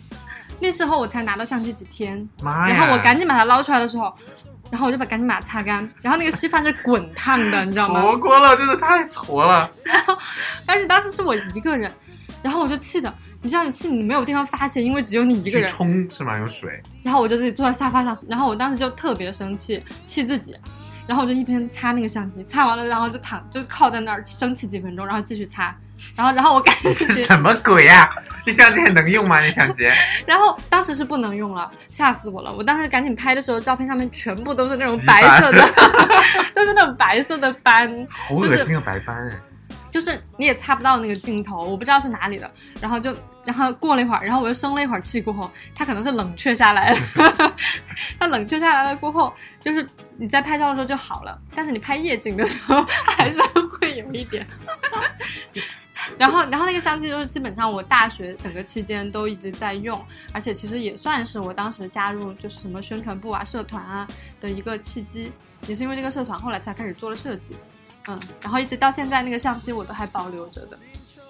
C: 那时候我才拿到相机几天，
D: 妈哎呀！
C: 然后我赶紧把它捞出来的时候，然后我就把赶紧把它擦干，然后那个稀饭是滚烫的，你知道吗？
D: 矬锅了，真的太矬了。
C: 而且当时是我一个人，然后我就气的，你知道你气你没有地方发泄，因为只有你一个
D: 去
C: 人。
D: 冲是吗？
C: [LAUGHS]
D: 用水。
C: 然后我就自己坐在沙发上，然后我当时就特别生气，气自己，然后我就一边擦那个相机，擦完了然后就躺就靠在那儿生气几分钟，然后继续擦，然后然后我赶紧
D: 这什么鬼啊呀、那相机还能用吗？那相机
C: 然后当时是不能用了，吓死我了！我当时赶紧拍的时候，照片上面全部都是那种
D: 洗
C: 白
D: 白
C: 色的， [LAUGHS] 都是那种白色的斑，
D: 好恶心啊，白斑哎！
C: 就是你也擦不到那个镜头，我不知道是哪里的。然后就，然后过了一会儿，然后我又生了一会儿气过后，它可能是冷却下来了。 [LAUGHS] 它冷却下来了过后，就是你在拍照的时候就好了，但是你拍夜景的时候还是会有一点。 [LAUGHS] 然后，然后那个相机就是基本上我大学整个期间都一直在用，而且其实也算是我当时加入就是什么宣传部啊、社团啊的一个契机，也是因为这个社团后来才开始做了设计。嗯，然后一直到现在那个相机我都还保留着的，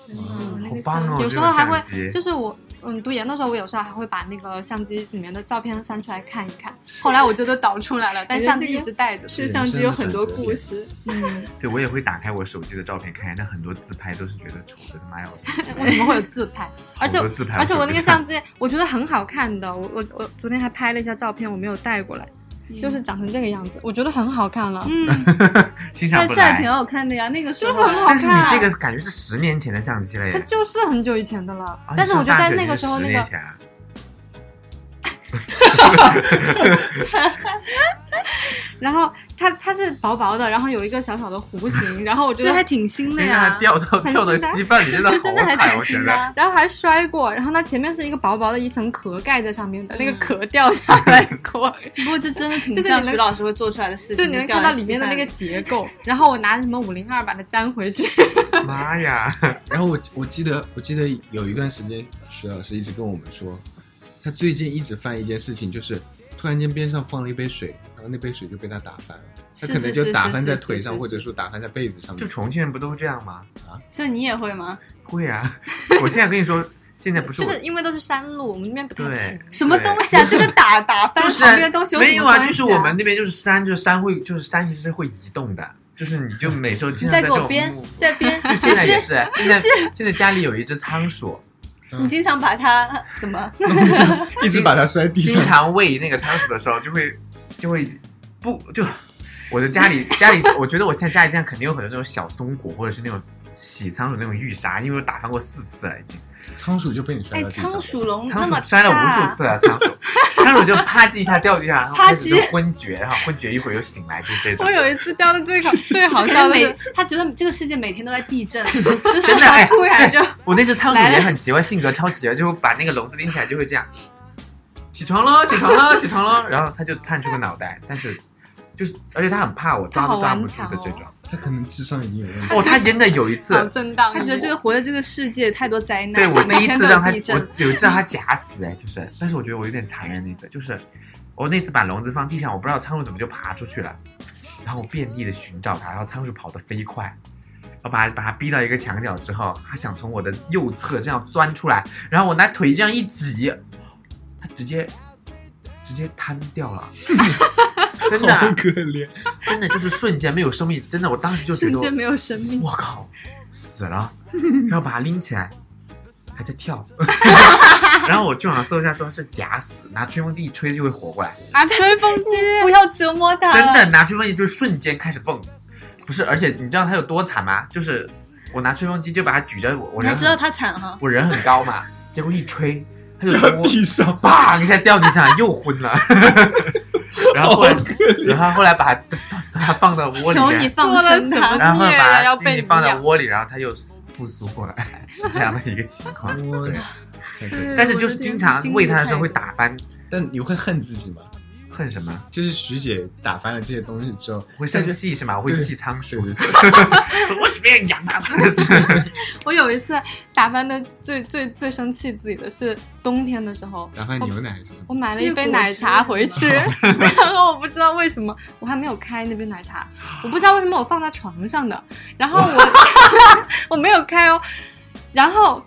D: 嗯好棒哦！
C: 有时候还会
D: 这个相机
C: 就是我嗯读研的时候，我有时候还会把那个相机里面的照片翻出来看一看，后来我就都导出来了，但相机一直带着。
B: 摄像机有很多故事，
C: [LAUGHS] 嗯，
D: 对我也会打开我手机的照片看一下，那很多自拍都是觉得丑的他
C: [LAUGHS]
D: 妈要死。
C: 为什么会有自
D: [LAUGHS]
C: 拍？而且
D: 好多自拍
C: 而且我那个
D: [LAUGHS] 手机上
C: 相机，我觉得很好看的，我我我昨天还拍了一下照片，我没有带过来，
D: 嗯 [LAUGHS]
C: 就是长成这个样子，我觉得很好看了。
B: 嗯，
D: 欣赏
B: 但
D: 不
B: 现在
D: 来
B: 挺。好看的呀，那个时
C: 就是
B: 候
C: 很好
B: 啊
D: 但是你这个感觉是十年前的相机了
C: 它
D: 耶。
C: 就是很久以前的了，
D: 啊
C: 但是我
D: 你
C: 觉得
D: 上大
C: 在
D: 学
C: 那
D: 就
C: 个
D: 是
C: 时候，
D: 十
C: 那
D: 年
C: 个
D: 前啊
C: 然后它它是薄薄的，然后有一个小小的弧
D: [LAUGHS]
C: 形，然后我觉
B: 这
C: 得
B: 还挺新的
D: 天
B: 呀
D: 哪，，
B: [LAUGHS]
D: 掉到
C: 啊 [LAUGHS] 很
D: 掉到
C: 新的
D: 稀饭里，真的
B: 真的
D: 好
B: 还
D: 惨，
B: 挺啊
D: 我觉
B: 新
D: 得。
B: 的。
C: 然后还摔过，然后它前面是一个薄薄的一层壳盖在上面的，那个壳掉下来过，
B: 不过这真的挺
C: 就是
B: 像
C: 你能
B: 徐老师会做出来的事情，
C: 就你能看到里面的那个结构。然后我拿什么五零二把它粘回去，[LAUGHS]
D: 妈呀！
A: 然后我我记得我记得有一段时间，徐老师一直跟我们说，他最近一直犯一件事情，就是突然间边上放了一杯水，然后那杯水就被他打翻了。他
B: 是
A: 可能
B: 是
A: 就是打
B: 是
A: 翻
B: 是
A: 在
B: 是
A: 腿
B: 是
A: 上，或者
B: 是
A: 说打翻在被子上面。
D: 就重庆人不都是这样吗？
B: 所以你也会吗？
D: 会
C: [LAUGHS]
D: 啊！我现在跟你说，现在不是
C: 就
D: 我
C: 是因为都是山路，我们那边不太
D: 对
C: 平。
B: 什么东
D: [LAUGHS]
B: 西啊？这个打打翻
D: 就是
B: 旁边的东西有
D: 没
B: 什
D: 有
B: 么关系
D: 啊，就是我们那边就是山，就是山会，就是山其实是会移动的，就是你就每周经
B: 你
D: 常
B: 再
D: 在
B: 给
D: 这
B: 我
D: 种
B: 编
D: 木，
B: 再编，
D: 就现
B: 其
D: 在也嗯
B: 实
D: 是，现在现在家里有一只仓鼠，
B: 你经常把它怎么？
D: 嗯
A: 一直把他摔地
D: 经
A: 上。
D: 常喂那个仓鼠的时候，就会就会不就我的家里家里，我觉得我现在家里这样肯定有很多那种小松果，或者是那种洗仓鼠那种浴沙，因为我打翻过四次了已经。
A: 仓鼠就被你摔
B: 哎，
A: 到地上了。
B: 仓鼠笼
D: 仓
B: 那么
D: 鼠摔了无数
B: 大，
D: 次了，仓鼠， [LAUGHS] 仓鼠就啪叽一下掉地上，然后
B: 啪叽
D: 开始就昏厥，然后昏厥一会儿又醒来，就是这种
B: [LAUGHS]
C: 我。有一次掉的最好最好
B: 他
C: 笑
B: [LAUGHS]
C: 的
B: 每
C: 是，
B: 他觉得这个世界每天都在地
D: [LAUGHS]
B: 震，就是 [LAUGHS]
D: 真的哎，
B: 突然就
D: 对我那只仓鼠
B: 来
D: 也
B: 了
D: 很奇怪，性格超奇怪，就把那个笼子拎起来就会这样，起床喽，起床喽，起床喽， [LAUGHS] 然后它就探出个脑袋，但是就是而且它很怕我，抓都抓不住
B: 哦
D: 的这种。
A: 他可能智商已经有问题。
D: 哦，它真的有一
C: 好
D: 次，
C: 震荡，
B: 他觉得这个活在这个世界太多灾难，
D: 对我第
B: 每
D: 一
B: 天
D: 次
B: 都
D: 让
B: 有
D: 它，
B: 地
D: 我
B: 震。嗯
D: 有一次让它夹死，哎，就是，但是我觉得我有点残忍那次，就是我那次把笼子放地上，我不知道仓鼠怎么就爬出去了，然后我遍地的寻找它，然后仓鼠跑得飞快。我把它把它逼到一个墙角之后，它想从我的右侧这样钻出来，然后我拿腿这样一挤，它直接直接瘫掉
B: [LAUGHS]
D: 了，真
A: 好
D: 的啊
A: 可怜，
D: 真的就是瞬间没有生命，真的我当时就觉
B: 瞬
D: 得我
B: 间没有生命，
D: 我靠，死
B: [LAUGHS]
D: 了！然后把它拎起来，还在跳。 [LAUGHS] 然后我去网上搜一下，说是假死，拿吹风机一吹就会活过来。
C: 拿吹风机，
B: [LAUGHS] 不要折磨它。
D: 真的，拿吹风机就瞬间开始蹦。不是，而且你知道它有多惨吗？就是我拿吹风机就把它举着，我我
B: 你还
D: 人
B: 知道
D: 很
B: 它惨哈？
D: 我人很高
B: [LAUGHS]
D: 嘛，结果一吹，它就从我
A: 地上
D: 啪一下掉地上，又昏了。 [LAUGHS] 然后后来，然后后来把它把它放到窝里
B: 求
D: 面，
B: 你放
C: 做了
B: 生
C: 什
B: 它
C: [LAUGHS] 么。
D: 然后
C: 孽呀？
D: 把
C: 要
D: 精
C: 被
D: 力
C: 你
D: 放在
C: 养
D: 窝里，然后它又复苏过来，是这样的一个情况。
A: 我
D: 对，
A: 太可怜。
D: [LAUGHS] 但是就是经常喂它的时候会打翻，
A: 但你会恨自己吗？
D: 恨什么？
A: 就是徐姐打翻了这些东西之后，
D: 会生气是吗？我会气仓
A: 对
D: 鼠，
A: 对
D: 说为什么要
C: [LAUGHS]
D: 养它？
C: 我有一次打翻的最最最生气自己的是冬天的时候，
A: 打翻牛奶
D: [LAUGHS]
A: 是吗？
C: 我买了一杯奶茶回
B: [LAUGHS]
C: 去， [LAUGHS] 然后我不知道为什么我还没有开那杯奶茶，我不知道为什么我放在床上的，然后
B: [LAUGHS]
C: 我 [LAUGHS] 我没有开哦，然后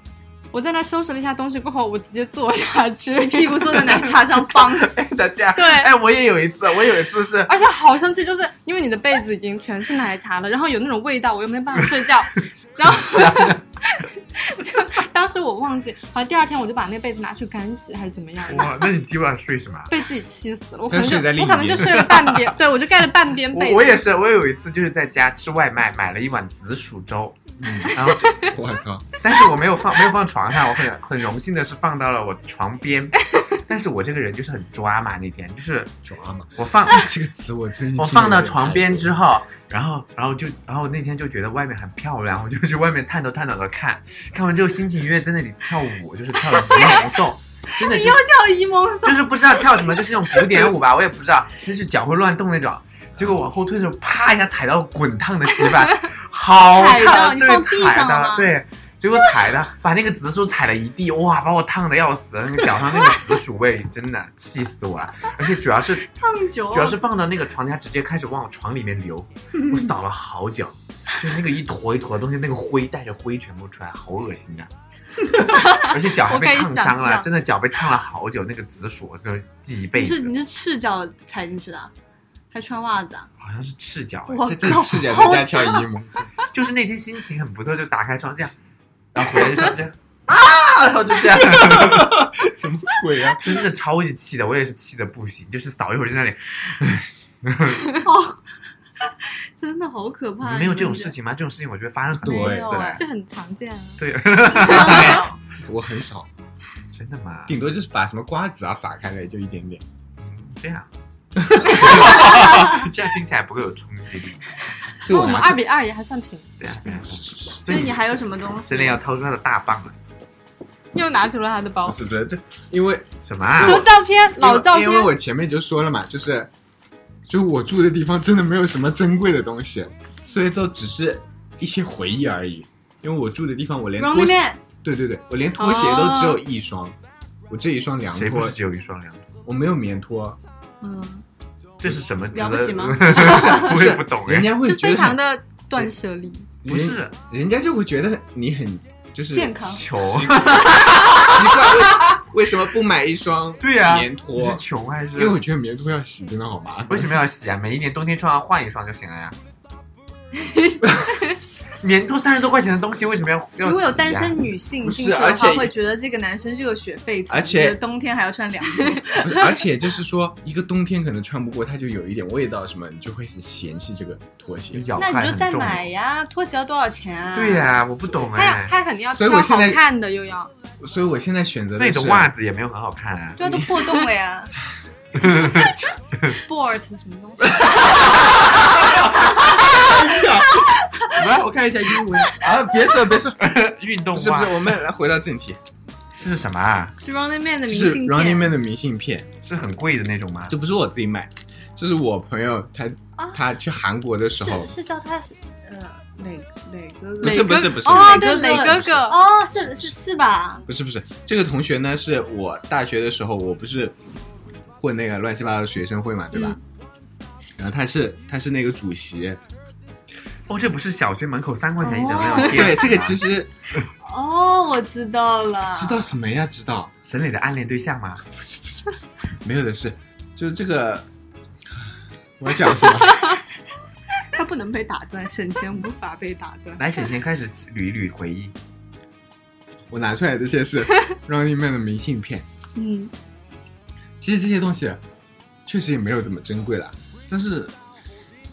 C: 我在那收拾了一下东西过后，我直接坐下去，
B: 屁股坐在奶
C: [LAUGHS]
B: 茶上
D: [LAUGHS]
B: 帮。
D: 大家
C: 对
D: 哎，我也有一次，我有一次是
C: 而且好生气，就是因为你的被子已经全是奶茶了，然后有那种味道，我又没办法睡
B: [LAUGHS]
C: 觉，然后 [LAUGHS] 就当时我忘记，好像第二天我就把那被子拿去干洗还是怎么样的。
D: 哇，那你今晚睡什么？啊
C: 被自己气死了，我
A: 他
C: 可能就
A: 睡在另
C: 我
A: 一
C: 可能就
A: 边
C: 睡了半边，对我就盖了半边被
D: 我
C: 子。
D: 我也是，我有一次就是在家吃外卖，买了一碗紫薯粥，
A: 嗯，
D: 然后就
A: 我操，
D: 但是我没有放，没有放床上，我很很荣幸的是放到了我的床
C: [LAUGHS]
D: 边。但是我这个人就是很抓嘛，那天就是
A: 抓嘛！
D: 我放
A: 这个词我真
D: 我放到床边之后，然后然后就然后那天就觉得外面很漂亮，我就去外面探头探脑的看，看完之后心情愉悦，在那里跳舞，就是跳一龙
B: [LAUGHS]
D: 颂，真的就
B: 叫沂蒙颂，
D: 就是不知道跳什么，就是那种古典舞吧，我也不知道，就是脚会乱动那种。结果往后退的时候，啪一下踩到滚烫的石板，好
B: 踩到
D: 烫，
B: 你
D: 对
B: 放，地
D: 踩
B: 上了
D: 到
B: 吗
D: 对。结果踩的，把那个紫薯踩了一地，哇，把我烫的要死，那个脚上那个紫薯味，真的气死我了。而且主要是，
B: 烫酒，
D: 主要是放到那个床下，直接开始往床里面
C: [LAUGHS]
D: 流，我扫了好久，就是那个一坨一坨的东西，那个灰带着灰全部出来，好恶
C: [LAUGHS]
D: 心啊！而且脚还被烫
C: 我
D: 伤
C: 可以想
D: 了，
C: 象
D: 真的脚被烫了好久，那个紫薯就是记一辈
B: 你是
D: 子
B: 你，是赤脚踩进去的啊，还穿袜子啊？
D: 好像是赤脚、哎
B: 哇
A: 他在赤脚在家跳沂
D: [LAUGHS]
A: 蒙颂，
D: 就是那天心情很不错，就打开窗这样，然后回来就想这
C: [LAUGHS]
D: 样。啊，然后就这样， [LAUGHS]
A: 什么鬼啊？
D: 真的超级气的，我也是气的不行，就是扫一会儿就在那里，
B: 哦，真的好可怕！
C: 哎
D: 你没有这种事情吗？这种事情我觉得发生很多
A: 对
D: 次
B: 没有哎
D: 了，
C: 这很常见啊。
D: 对，
B: 啊
A: 我很少，
D: 真的吗？
A: 顶多就是把什么瓜子啊撒开来，就一点点。
D: 这
B: [LAUGHS]
D: 样，这样听起来不够有冲击力，
A: 所
C: 那
A: 以
C: 我们
A: 拿
C: 二
A: 这
C: 比二也还算平，
D: 对啊，对啊，
B: 所
D: 所
B: 以你还有什么东西？
D: 真的要掏出他的大棒了？
C: 又拿出了他的包，
A: 是的，这因为
D: 什么啊？
C: 什么照片？老照片
A: 因为，我前面就说了嘛，就是就是我住的地方真的没有什么珍贵的东西，所以都只是一些回忆而已。因为我住的地方，我连
B: Wrong
A: 拖
B: the
A: 鞋，
B: man，
A: 对对对，我连拖鞋都只有
C: 哦
A: 一双，我这一双凉
D: 谁不
A: 拖
D: 是，只有一双凉拖？
A: 我没有棉
D: [LAUGHS]
A: 拖，
C: 嗯，
D: 这是什么值得？
B: 了不起吗
D: 我也不懂
A: 人
D: 哎，
A: 家会
C: 就
A: 觉得
C: 非常的断舍离。
D: [LAUGHS] 不是
A: 人，人家就会觉得你很就是
C: 健
B: 嗯
C: 康
D: 穷，啊
A: 奇怪奇
C: [LAUGHS]
A: 怪为为什么不买一双
D: 对啊，
A: 棉拖
D: 你？是穷还是
A: 因？为我觉得棉拖要洗真的好麻烦，
D: 为什么要洗啊？每一年冬天穿上换一双就行了呀。
B: [LAUGHS]
D: 棉拖三十多块钱的东西，为什么要要、啊？
B: 如果有单身女性
A: 不是
B: 进去的
A: 而
B: 话，
A: 且
B: 会觉得这个男生热血沸腾，
A: 而且
B: 觉得冬天还
D: [LAUGHS]
B: 要穿凉裤。
A: 不是而且就是说，一个冬天可能穿不过，它就有一点味道什么，你就会嫌弃这个拖鞋。
D: 咬
B: 那
D: 汗
B: 你就
D: 很
B: 再
D: 重
B: 买呀，拖鞋要多少钱啊？
D: 对、呀、我不懂
C: 他要
D: 哎。
C: 他肯定要
A: 所以
C: 挑
A: 我
C: 好
A: 现在
C: 看的，又要
A: 所以我现在选择
D: 那你
A: 的
D: 的
A: 是
D: 袜子也没有很好看啊。
B: 对啊，都破洞
D: [LAUGHS]
B: 了呀。Sport 什么东西？
A: 来，我看一下英文啊！别说别说，
D: 运动
A: 不
D: 袜
A: 是不是，我们来回到正题，
D: 这是什么啊？
B: 是 Running Man
A: 就
B: 的明
A: 是
B: 信
A: Running
B: 片。
A: Man 的明信片，
D: 是很贵的那种吗？
A: 这不是我自己买，这是我朋友他
B: 啊
A: 他去韩国的时候
B: 是，是叫他是呃磊磊哥哥
A: 不是
C: 磊哥
A: 不是不是
C: 哦，对，
B: 磊
C: 磊
B: 哥
C: 哥哥，
B: 哦，是是是吧？
A: 不是不是，这个同学呢是我大学的时候，我不是混那个乱七八糟的学生会嘛，对吧？
B: 嗯
A: 然后他是他是那个主席，
D: 哦，这不是小学门口三块钱一张的那种贴
A: 对
D: 纸吗
A: 这个其实
B: 哦，我知道了，
A: 知道什么呀？知道。
D: 沈磊的暗恋对象吗？
A: 没有的事，就是这个，我要讲什么？ [LAUGHS]
B: 他不能被打断，省钱无法被打
D: [LAUGHS]
B: 断。
D: 来，沈先开始捋一捋回忆。
A: 我拿出来这些是 Running Man 的明信片。
C: 嗯，
A: 其实这些东西确实也没有怎么珍贵啦，但是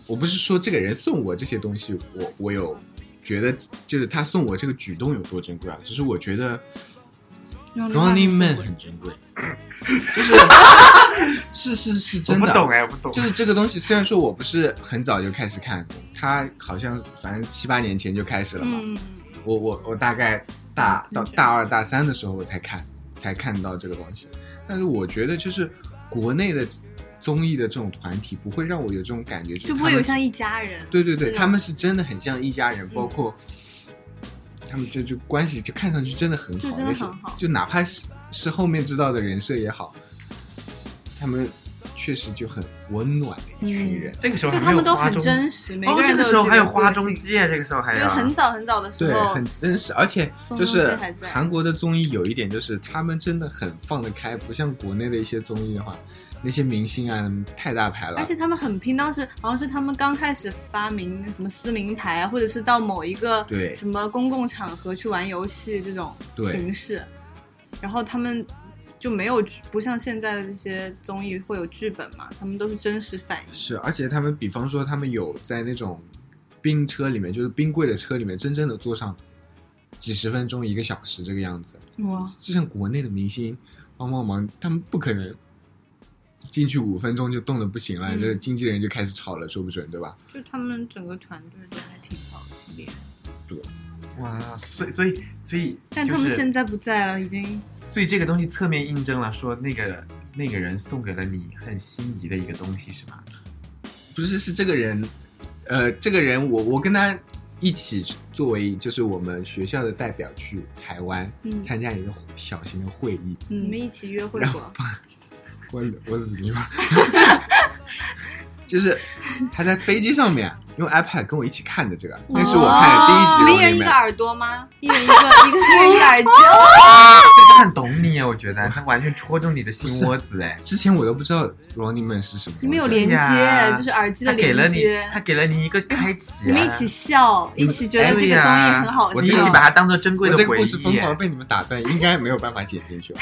A: 我不是说这个人送我这些东西，我我有觉得就是他送我这个举动有多珍贵啊，只是我觉得 Running Man 很珍贵，就是 [LAUGHS] 是是是
D: 我
A: 真
B: 啊
D: 不
A: 的。啊
D: 懂哎，我不懂。
A: 就是这个东西，虽然说我不是很早就开始看，他好像反正七八年前就开始了嘛。
B: 嗯，
A: 我我我大概大到大二大三的时候我才看才看到这个东西，但是我觉得就是国内的综艺的这种团体，不会让我有这种感觉，
B: 就不
A: 不
B: 会有像一嗯家人。
A: 对对对，
B: 对
A: 他们是真的很像一家人，包括他们就就关系就看上去真的很好，
B: 就真的
A: 而且
B: 很好
A: 就哪怕是是后面知道的人设也好，他们确实就很温暖的一
B: 嗯
A: 群人。
D: 这个时候
B: 就
D: 还
B: 他
D: 没
B: 们
D: 有
B: 都
D: 花
B: 很
D: 中，
B: 真实，每
D: 哦，
B: 个
D: 这
B: 人
D: 个
B: 都
D: 时候还有花中
B: 中
D: 鸡耶，这个时候还
B: 因
D: 有
B: 为很早很早的时
A: 对，
B: 候，
A: 很真实，而且
B: 宋
A: 就
B: 仲基
A: 是
B: 还在
A: 韩国的综艺有一点就是他们真的很放得开，不像国内的一些综艺的话，那些明星啊太大牌了，
B: 而且他们很拼，当时好像是他们刚开始发明什么撕名牌啊，或者是到某一个
A: 对
B: 什么公共场合去玩游戏这种
A: 对
B: 形式，然后他们就没有不像现在的这些综艺会有剧本嘛，他们都是真实反应。
A: 是，而且他们比方说他们有在那种冰车里面，就是冰柜的车里面，真正的坐上几十分钟、一个小时这个样子。
B: 哇，
A: 就像国内的明星帮帮忙，他们不可能进去五分钟就冻得不行了，
B: 嗯
A: 这经纪人就开始吵了，说不准对吧？
B: 就他们整个团队都还挺好，挺厉害。
D: 哇，所以所以所以，
B: 但
D: 就
B: 他们
D: 是
B: 现在不在了，已经
D: 所以这个东西侧面印证了说那个那个人送给了你很心仪的一个东西是吗？
A: 不是，是这个人，呃，这个人我我跟他一起作为就是我们学校的代表去台湾、
B: 嗯
A: 参加一个小型的会议，
C: 嗯
B: 你们一起约
D: [LAUGHS]
B: 会
A: 然后
B: 过，啊
A: 把我我死你吧！ [LAUGHS] 就是他在飞机上面啊用 iPad 跟我一起看的这个，那是我看的第
B: 每
A: 一集。我
B: 人
A: 里
B: 一
A: 面
B: 个耳
D: [LAUGHS]
B: 朵吗？一人一个，一个一人一个耳机。
D: 这个很懂你啊，我觉得他完全戳中你的心窝子哎。
A: 之前我都不知道 Running Man 是什么东西，
B: 你们有连
D: 呀
B: 接，啊就是耳机的
D: 啊他给了
B: 连
D: 你
B: 接，。
D: 他给了你一个开启、啊，
B: 你们一起笑，一起觉得这个
D: 对
B: 综艺
D: 哎呀
B: 很好笑，
A: 我
D: 你
A: 知
D: 一
A: 道
D: 起把它当做珍
A: 我
D: 贵
A: 这
D: 的
A: 个
D: 回
A: 故事
D: 忆哎
A: 疯狂
D: 耶，
A: 被你们打断，应该没有办法剪进去吧？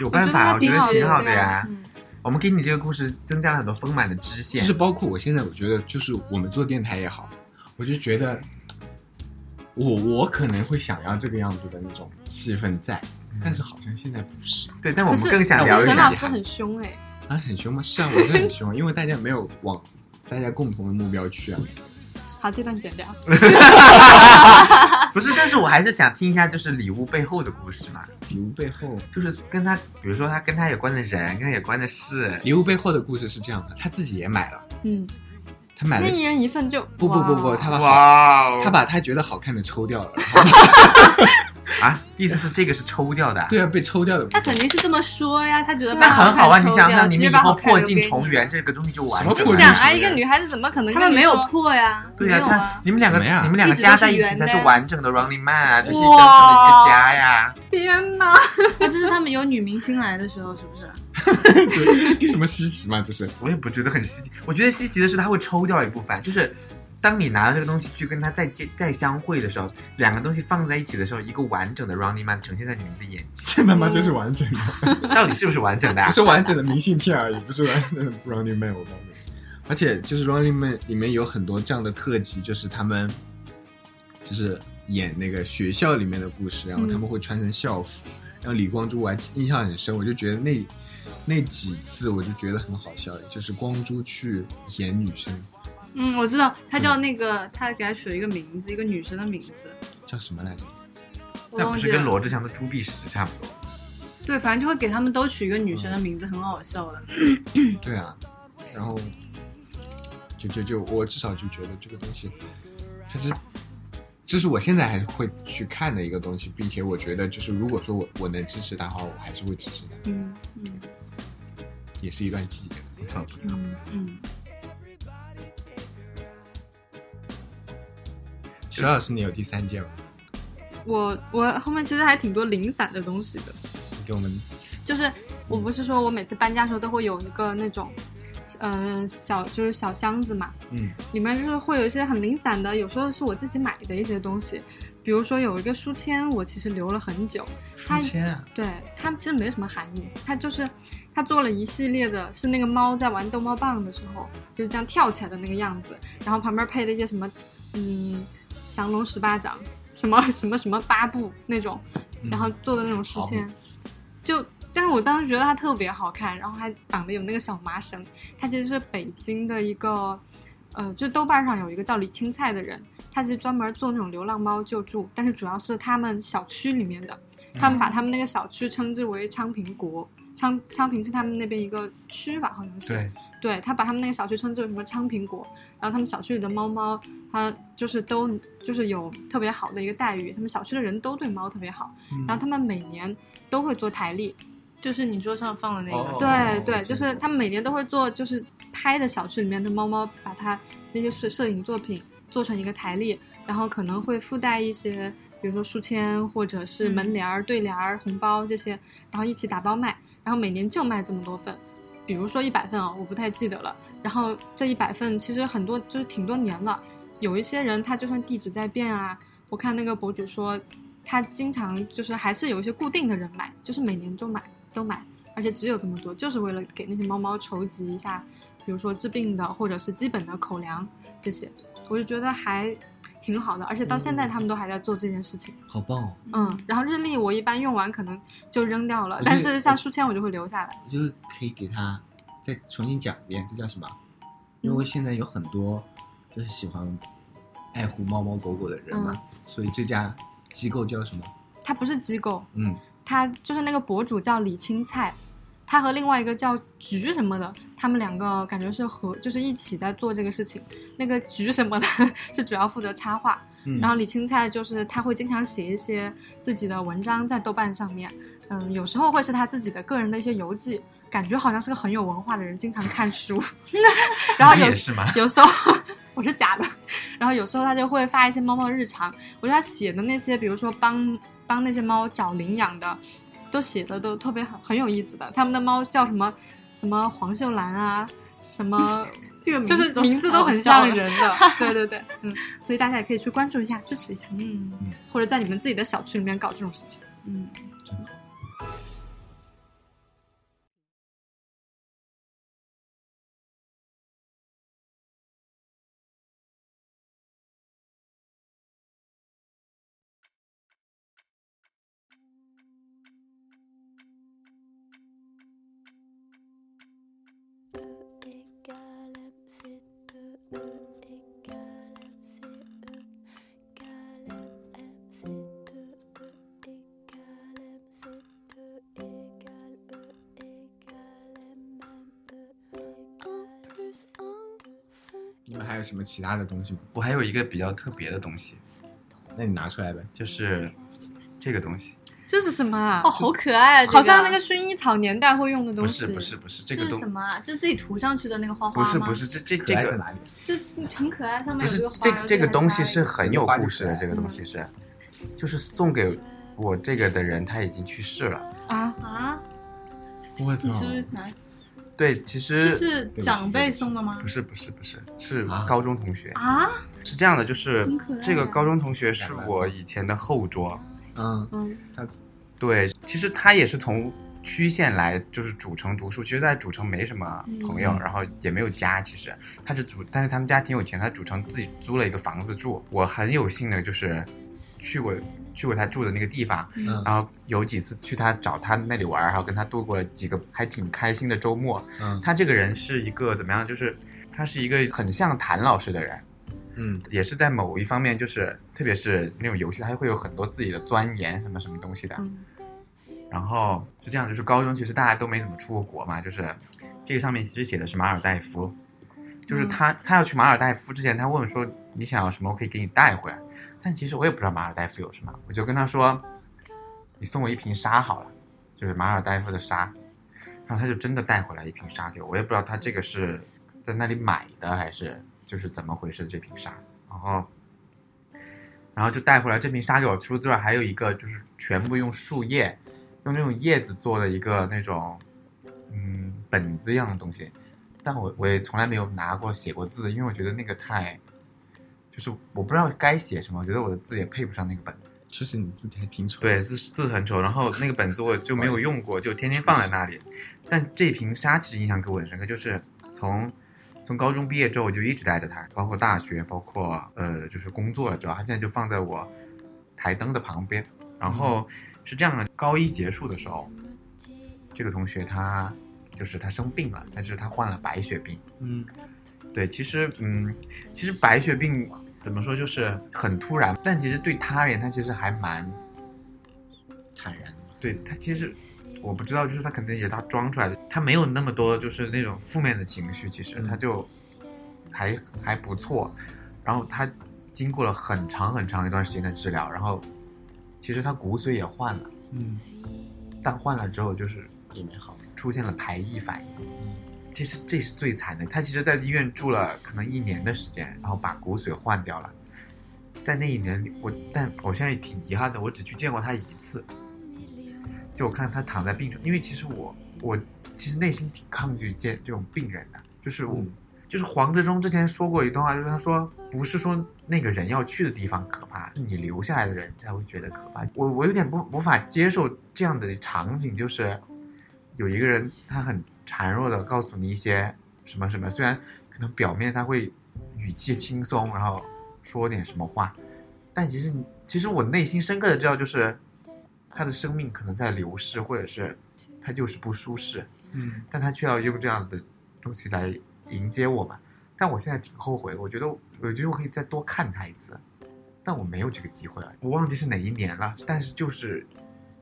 D: 有办法，我
B: 我
D: 觉
B: 觉
D: 得
B: 得它
D: 挺
B: 挺
D: 好
B: 好
D: 的
B: 的
D: 呀。
C: 嗯，
D: 我们给你这个故事增加了很多丰满的支线，
A: 就是包括我现在，我觉得就是我们做电台也好，我就觉得我我可能会想要这个样子的那种气氛在，但是好像现在不是。
D: 对，但我
C: 可
D: 们
C: 是哎
D: 更想
C: 可
D: 聊
C: 是
D: 一
C: 沈老
D: 下，
C: 师很凶哎，
A: 啊，很凶吗？是啊，我觉得很凶，因为大家没有往大家共同的目标去啊。
C: 好，这段剪掉。
D: 不是，但是我还是想听一下，就是礼物背后的故事嘛，
A: 礼物背后，
D: 就是跟他，比如说他跟他有关的人，跟他有关的事，
A: 礼物背后的故事是这样的：他自己也买了，
C: 嗯，
A: 他买
C: 那
A: 了，
C: 一人一份就
A: 不不不不，
C: 哇
A: 他把好
D: 哇哦，
A: 他把他觉得好看的抽 [LAUGHS] 掉了，然后
D: 啊，意思是这个是抽掉的啊，
A: 对啊，被抽掉的。
B: 他肯定是这么说呀，他觉得
D: 那
C: 那
D: 很好啊，
B: 把好看
D: 你
B: 抽
D: 想
B: 掉
D: 想，你们以
B: 直接把
D: 后
B: 好看
D: 破
B: 留给
D: 镜
B: 你
D: 重圆，这个东西就完
A: 什么
D: 整
A: 破
C: 就
D: 了。
A: 镜
C: 想
A: 重
C: 啊，
A: 圆
C: 一个女孩子怎么可能
B: 他
C: 跟
B: 们
C: 你
B: 没有
C: 说
B: 破呀，
D: 对
B: 没
D: 呀、
B: 有
D: 他
B: 啊， [LAUGHS]
D: 你们两个，
A: 什么呀
D: 你们两个
B: 一直都
D: 加
B: 是
D: 在一起
B: 圆
D: 才
B: 的
D: 是
B: 呀
D: 完整的 Running Man 啊，这是真正的一
B: 哇
D: 个家呀。[LAUGHS]
B: 天哪！那这是他们有女明星来的时候，是不是？
A: [LAUGHS] 对什么稀奇嘛，就是
D: 我也不觉得很稀奇，我觉得稀奇的是他会抽掉一部分，就是当你拿了这个东西去跟他再见再相会的时候，两个东西放在一起的时候，一个完整的 Running Man 呈现在你们的眼
A: 这他妈就是完整的，
D: 前，到底是不是完整的、啊
A: [LAUGHS]
B: [LAUGHS]
A: 只？是完整的明信片而已，不是完整的 Running Man，我告诉你。而且就是 Running Man 里面有很多这样的特辑，就是他们就是演那个学校里面的故事，然后他们会穿成校服。然后李光洙我还印象很深，我就觉得那那几次我就觉得很好笑，就是光洙去演女生
B: 嗯，我知道，他叫那个，他给他取了一个名字，一个女生的名字，
A: 叫什么来着？
B: 我
D: 那
B: 忘
D: 不
B: 记
D: 是跟
B: 了。
D: 罗志祥的朱碧石差不多？
B: 对，反正就会给他们都取一个女生的名字，很好笑的。
A: 对啊，然后就就就我至少就觉得这个东西还是，这是我现在还是会去看的一个东西，并且我觉得就是如果说我我能支持他的话，我还是会支持他，
C: 嗯
B: 嗯
A: 也是一段记忆。
D: 不错不错。
C: 嗯，
B: 嗯，
A: 徐老师，你有第三件吗？
C: 我我后面其实还挺多零散的东西的，
A: 你给我们
C: 就是我不是说我每次搬家的时候都会有一个那种，嗯、小就是小箱子嘛，
A: 嗯，
C: 里面就是会有一些很零散的，有时候是我自己买的一些东西，比如说有一个书签，我其实留了很久，它
D: 书签啊，
C: 对它其实没什么含义，它就是它做了一系列的，是那个猫在玩逗猫棒的时候就是这样跳起来的那个样子，然后旁边配了一些什么，嗯，降龙十八掌，什么什么什么八步那种，然后做的那种书签，就但是我当时觉得它特别好看，然后还绑的有那个小麻绳，它其实是北京的一个，呃，就豆瓣上有一个叫李青菜的人，他其实专门做那种流浪猫救助，
A: 嗯
C: 但是主要是他们小区里面的，他们把他们那个小区称之为昌平国，昌昌平是他们那边一个区吧，好像是。
A: 对，
C: 对他把他们那个小区称之为什么昌平国，然后他们小区里的猫猫，它就是都就是有特别好的一个待遇，他们小区的人都对猫特别好，
A: 嗯
C: 然后他们每年都会做台历，
B: 就是你桌上放的那
A: 哦
B: 个，
C: 对
A: 我
C: 对，
A: 知
C: 就是
A: 道
C: 他们每年都会做，就是拍的小区里面的猫猫，把它那些摄摄影作品做成一个台历，然后可能会附带一些，比如说书签或者是门
B: 嗯
C: 帘儿、对联儿、红包这些，然后一起打包卖，然后每年就卖这么多份，比如说一百份哦，我不太记得了。然后这一百份其实很多就是挺多年了，有一些人他就算地址在变啊，我看那个博主说，他经常就是还是有一些固定的人买，就是每年都买都买，而且只有这么多，就是为了给那些猫猫筹集一下，比如说治病的或者是基本的口粮这些，我就觉得还挺好的，而且到现在他们都还在做这件事情。
A: 好棒哦！
C: 嗯，然后日历我一般用完可能就扔掉了
A: 我，觉得
C: 但是像书签我就会留下来。
A: 我觉得可以给他再重新讲一遍，这叫什么？因为现在有很多就是喜欢爱护猫猫狗狗的人嘛，所以这家机构叫什么？
C: 它不是机构，
A: 嗯，
C: 他就是那个博主叫李青菜，他和另外一个叫菊什么的，他们两个感觉是合，就是一起在做这个事情。那个菊什么的 [LAUGHS] 是主要负责插画，
A: 嗯
C: 然后李青菜就是他会经常写一些自己的文章在豆瓣上面，嗯，有时候会是他自己的个人的一些游记，感觉好像是个很有文化的人，经常看书， [LAUGHS] 然后
D: 你
C: 有
D: 也是吗？ [LAUGHS]
C: 有时候我是假的，然后有时候他就会发一些猫猫日常。我觉得他写的那些，比如说帮帮那些猫找领养的，都写的都特别很很有意思的。他们的猫叫什么什么黄秀兰啊，什 [LAUGHS] 么
B: 这个
C: 嗯就是名字都很像人的。对对对，嗯，所以大家也可以去关注一下，支持一下，
B: 嗯
C: 或者在你们自己的小区里面搞这种事情。
B: 嗯，
E: E égale MC2, E égale MC1, égale MC2, E égale MC2, égale E égale MME. Un plus un
A: 你们还有什么其他的东西吗？
D: 我还有一个比较特别的东西，
A: 那你拿出来呗。
D: 就是这个东西，
C: 这是什么啊？
B: 哦，好可爱啊！这
C: 好像那个薰衣草年代会用的
D: 不
C: 东西。
D: 是不是不是这
B: 这
D: 个
B: 是
D: 东
B: 什么啊？是自己涂上去的那个花花
D: 不是
B: 吗
D: 不，是这这
A: 可
D: 这
A: 爱在
D: 个
A: 哪里？
B: 就是很可爱，上面
D: 不
B: 有
D: 是
B: 个花
D: 这
B: 然后
D: 这个
B: 还
D: 东
B: 搭
D: 西
B: 一
D: 是
B: 个
D: 很有故事的，这个
C: 嗯
D: 东西是，就是送给我这个的人他已经去世了。
C: 啊，
B: 啊？
A: 我
B: 你是不是拿？
D: 哦对，其
B: 这
D: 实
B: 是长辈送的吗
D: 不？是不是不是是
A: 啊
D: 高中同学，
B: 啊，
D: 是这样的，就是
B: 很可爱
D: 这个
B: 啊
D: 高中同学是我以前的后桌，
A: 嗯，
C: 嗯
A: 他
D: 对，其实他也是从区县来，就是主城读书。其实，在主城没什么朋友，
A: 嗯
D: 然后也没有家。其实他是主，但是他们家挺有钱，他主城自己租了一个房子住。我很有幸的就是去过去过他住的那个地方，
A: 嗯
D: 然后有几次去他找他那里玩，然后跟他度过了几个还挺开心的周末。
A: 嗯
D: 他这个人是一个怎么样？就是他是一个很像谭老师的人。
A: 嗯
D: 也是在某一方面，就是特别是那种游戏，它会有很多自己的钻研什么什么东西的。
C: 嗯
D: 然后是这样，就是高中其实大家都没怎么出过国嘛，就是这个上面其实写的是马尔代夫，就是他他要去马尔代夫之前，他问我说你想要什么，我可以给你带回来，但其实我也不知道马尔代夫有什么，我就跟他说，你送我一瓶沙好了，就是马尔代夫的沙，然后他就真的带回来一瓶沙给我，我也不知道他这个是在那里买的还是就是怎么回事这瓶沙，然后。然后就带回来这瓶沙给我，除此之外还有一个就是全部用树叶，用那种叶子做的一个那种，嗯，本子一样的东西，但我我也从来没有拿过写过字，因为我觉得那个太，就是我不知道该写什么，我觉得我的字也配不上那个本子。
A: 其实你字体还挺丑。
D: 对，，字字很丑，然后那个本子我就没有用过，就天天放在那里。但这瓶沙其实印象给我很深刻，就是从从高中毕业之后我就一直带着它，包括大学，包括呃就是工作了之后，它现在就放在我台灯的旁边。然后是这样的，高一结束的时候，这个同学他就是他生病了，但是他患了白血病。
A: 嗯
D: 对，其实嗯，其实白血病怎么说就是很突然，但其实对他而言，他其实还蛮
A: 坦然。
D: 对他其实我不知道，就是他可能也他装出来的，他没有那么多就是那种负面的情绪，其实
A: 嗯
D: 他就还还不错。然后他经过了很长很长一段时间的治疗，然后其实他骨髓也换了，
A: 嗯，
D: 但换了之后就是
A: 也没好，
D: 出现了排异反应。其实这是最惨的，他其实在医院住了可能一年的时间，然后把骨髓换掉了。在那一年里，我但我现在也挺遗憾的，我只去见过他一次。就我看他躺在病床，因为其实我我其实内心挺抗拒见这种病人的，就是我、
A: 嗯
D: 就是黄志忠之前说过一段话，就是他说不是说那个人要去的地方可怕，是你留下来的人才会觉得可怕。我我有点不无法接受这样的场景，就是有一个人他很孱弱的告诉你一些什么什么，虽然可能表面他会语气轻松，然后说点什么话，但其实你其实我内心深刻的知道，就是他的生命可能在流逝，或者是他就是不舒适，
A: 嗯
D: 但他却要用这样的东西来迎接我嘛。但我现在挺后悔，我觉得我觉得我可以再多看他一次，但我没有这个机会了。我忘记是哪一年了，但是就是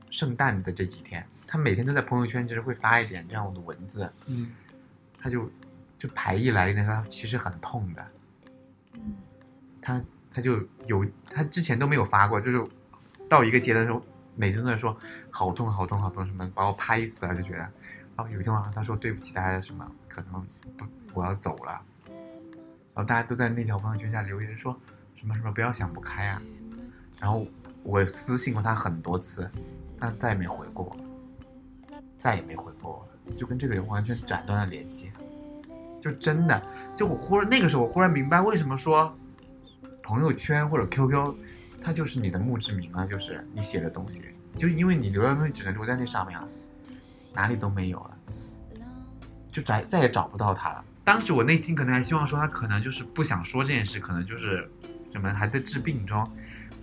D: 圣诞的这几天，他每天都在朋友圈其实会发一点这样的文字，
A: 嗯，
D: 他就就排异来临的时候，他其实很痛的。他他就有他之前都没有发过，就是到一个阶段的时候，每天都在说好痛好痛好痛什么，把我拍死啊了就觉得。然后有一天晚上他说对不起大家什么，可能不我要走了。然后大家都在那条朋友圈下留言说什么什么不要想不开啊。然后我私信过他很多次，他再也没回过我，再也没回过我，就跟这个人完全斩断了联系。就真的，就我忽然那个时候，我忽然明白为什么说朋友圈或者 QQ，它就是你的墓志铭啊，就是你写的东西，就因为你留的东西只能留在那上面了，哪里都没有了，就再再也找不到他了。当时我内心可能还希望说他可能就是不想说这件事，可能就是什么还在治病中，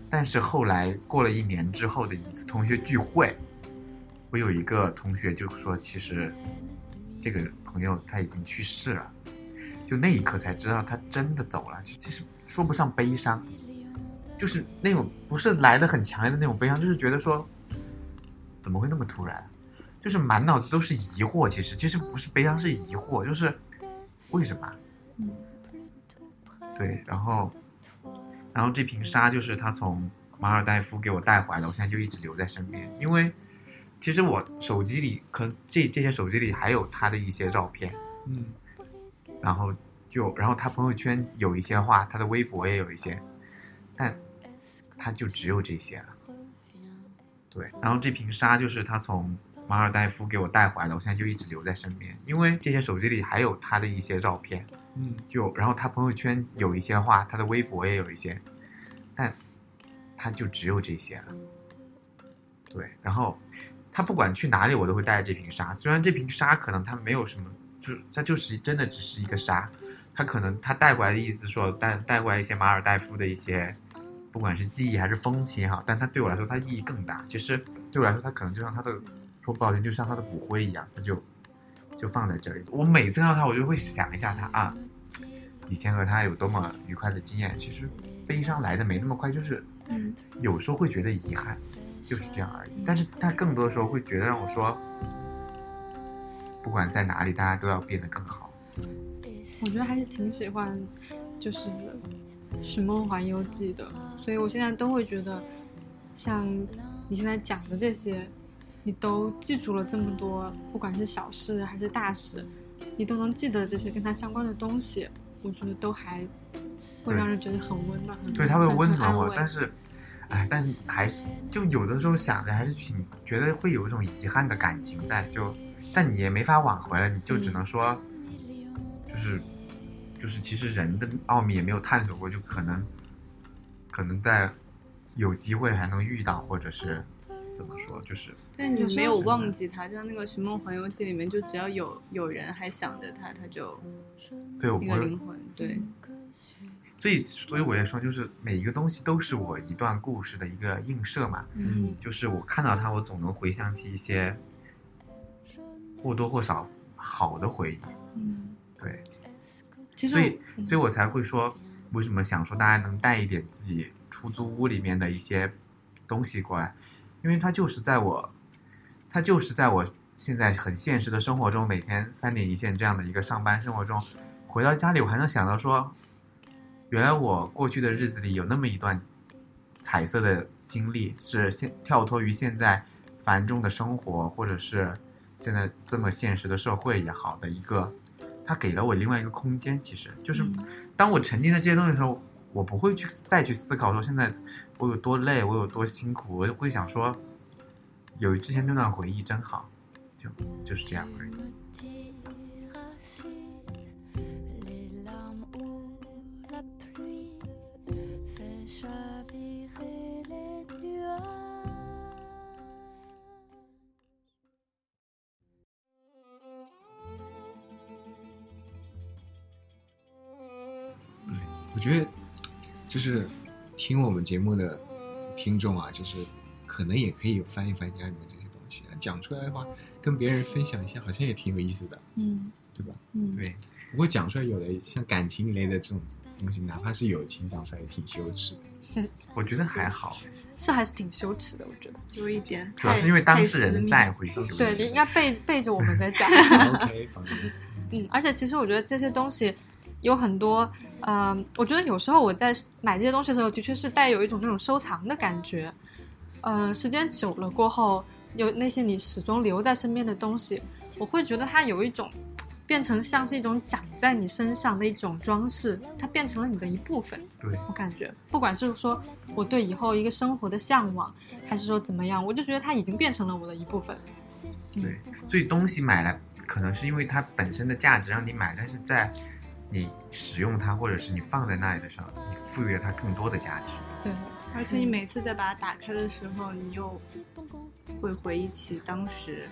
D: 但是后来过了一年之后的一次同学聚会，我有一个同学就说，其实这个朋友他已经去世了。就那一刻才知道他真的走了。就其实说不上悲伤，就是那种不是来的很强烈的那种悲伤，就是觉得说怎么会那么突然，就是满脑子都是疑惑。其实其实不是悲伤，是疑惑，就是为什么？对，然后然后这瓶沙就是他从马尔代夫给我带回来的，我现在就一直留在身边，因为。其实我手机里，可能这这些手机里还有他的一些照片，
A: 嗯
D: 然后就然后他朋友圈有一些话，他的微博也有一些，但他就只有这些了。对，然后这瓶沙就是他从马尔代夫给我带回来的，我现在就一直留在身边，因为这些手机里还有他的一些照片，
A: 嗯
D: 就然后他朋友圈有一些话，他的微博也有一些，但他就只有这些了。对，然后他不管去哪里，我都会带着这瓶沙。虽然这瓶沙可能它没有什么，就是它就是真的只是一个沙，它可能它带过来的意思是说带带过来一些马尔代夫的一些，不管是记忆还是风情也好，但它对我来说它意义更大。其实对我来说，它可能就像它的说不好听，就像它的骨灰一样，它就就放在这里。我每次看到它，我就会想一下它啊，以前和它有多么愉快的经验。其实悲伤来的没那么快，就是
C: 嗯
D: 有时候会觉得遗憾，就是这样而已。但是他更多的时候会觉得让我说，不管在哪里，大家都要变得更好。
C: 我觉得还是挺喜欢，就是《寻梦环游记》的，所以我现在都会觉得，像你现在讲的这些，你都记住了这么多，不管是小事还是大事，你都能记得这些跟它相关的东西，我觉得都还会
D: 对
C: 让人觉得很温暖，很
D: 对，他会
C: 很
D: 温
C: 很
D: 暖
C: 安
D: 我，
C: 慰
D: 但是，哎，但是还是就有的时候想着还是挺觉得会有一种遗憾的感情在，就但你也没法挽回了，你就只
C: 嗯
D: 能说，就是就是其实人的奥秘也没有探索过，就可能可能在有机会还能遇到，或者是怎么说，就是
B: 但你
C: 有时候
B: 没有
D: 真的
B: 忘记他，就像那个《寻梦环游记》里面，就只要有有人还想着他，他就
D: 对我
B: 那
D: 不
B: 个
D: 会
B: 灵魂，对，
D: 所以，所以我也说，就是每一个东西都是我一段故事的一个映射嘛。
A: 嗯
D: 就是我看到它，我总能回想起一些或多或少好的回忆。
C: 嗯，
D: 对，
C: 其实
D: 所以，
B: 嗯
C: 我嗯
D: 所以我才会说，为什么想说大家能带一点自己出租屋里面的一些东西过来，因为它就是在我它就是在我现在很现实的生活中，每天三点一线这样的一个上班生活中，回到家里，我还能想到说，原来我过去的日子里有那么一段彩色的经历，是现跳脱于现在繁重的生活，或者是现在这么现实的社会也好的一个，它给了我另外一个空间。其实就是
C: 嗯
D: 当我沉浸在这些东西的时候，我不会去再去思考说现在我有多累，我有多辛苦，我就会想说，有之前那段回忆真好，就就是这样
E: 嗯
D: 而已。
E: me dire assis, les larmes ou la pluie fait chavirer les nuages.
A: 我觉得就是听我们节目的听众啊，就是可能也可以有翻一翻家里面这些东西啊，讲出来的话，跟别人分享一下，好像也挺有意思的，
C: 嗯
A: 对吧？
C: 嗯，
D: 对，
A: 不过讲出来，有的像感情一类的这种东西，哪怕是友情，讲出来也挺羞耻的。 [LAUGHS]
D: 我觉得还好，
C: 是还是挺羞耻的，我觉得。
B: 有一点。
D: 主要是因为当事人在会休息。
C: 对，你应该背背着我们在
D: [LAUGHS]
C: 讲。
A: OK，反正
C: 嗯，而且其实我觉得这些东西有很多，嗯、我觉得有时候我在买这些东西的时候，的确是带有一种那种收藏的感觉。嗯、时间久了过后，有那些你始终留在身边的东西，我会觉得它有一种变成像是一种长在你身上的一种装饰，它变成了你的一部分。
D: 对，
C: 我感觉，不管是说我对以后一个生活的向往，还是说怎么样，我就觉得它已经变成了我的一部分。
D: 对，所以东西买来可能是因为它本身的价值让你买，但是在你使用它或者是你放在那里的时候，你赋予了它更多的价值。
C: 对，
B: 而且你每次再把它打开的时候，你又会回忆起当时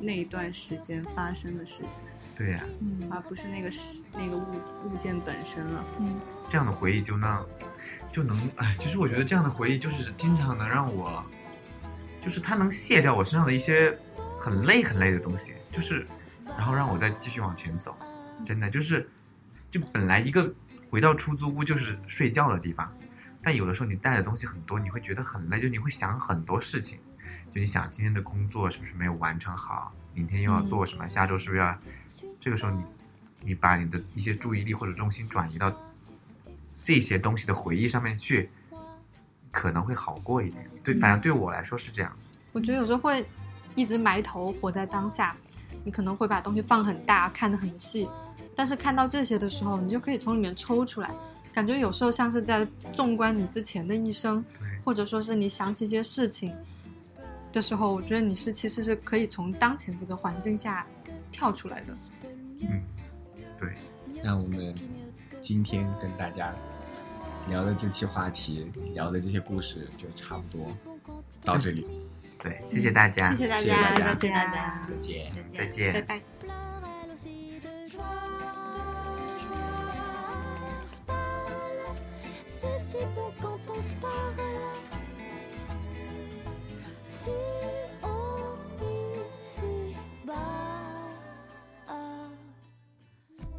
B: 那一段时间发生的事情，
D: 对呀、
C: 嗯
B: 而不是那个事那个物物件本身了。
C: 嗯。
D: 这样的回忆就让就能哎，其实我觉得这样的回忆就是经常能让我，就是它能卸掉我身上的一些很累很累的东西，就是然后让我再继续往前走。真的就是，就本来一个回到出租屋就是睡觉的地方，但有的时候你带的东西很多，你会觉得很累，就你会想很多事情，就你想今天的工作是不是没有完成好，明天又要做什么，下周是不是要，这个时候你你把你的一些注意力或者重心转移到这些东西的回忆上面去，可能会好过一点。对，反正对我来说是这样。
C: 我觉得有时候会一直埋头活在当下，你可能会把东西放很大，看得很细，但是看到这些的时候，你就可以从里面抽出来，感觉有时候像是在纵观你之前的一生，
B: 嗯
D: 对，
C: 或者说是你想起一些事情的时候，我觉得你是其实是可以从当前这个环境下跳出来的。
D: 嗯，对，
A: 那我们今天跟大家聊的这期话题，聊的这些故事就差不多到这里，
D: 对，谢谢大家，
B: 谢谢大
A: 谢谢大
B: 家，
A: 家
B: 谢谢大家，
A: 再见。
B: 再
D: 再见，
B: 见。
C: 拜拜。
E: pleure elle aussi de joie, joie. On se parle, c'est si bon quand on se parle. Si haut, si bas.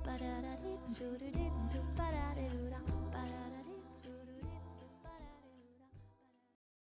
E: Ba-da-da-di-do-do-di.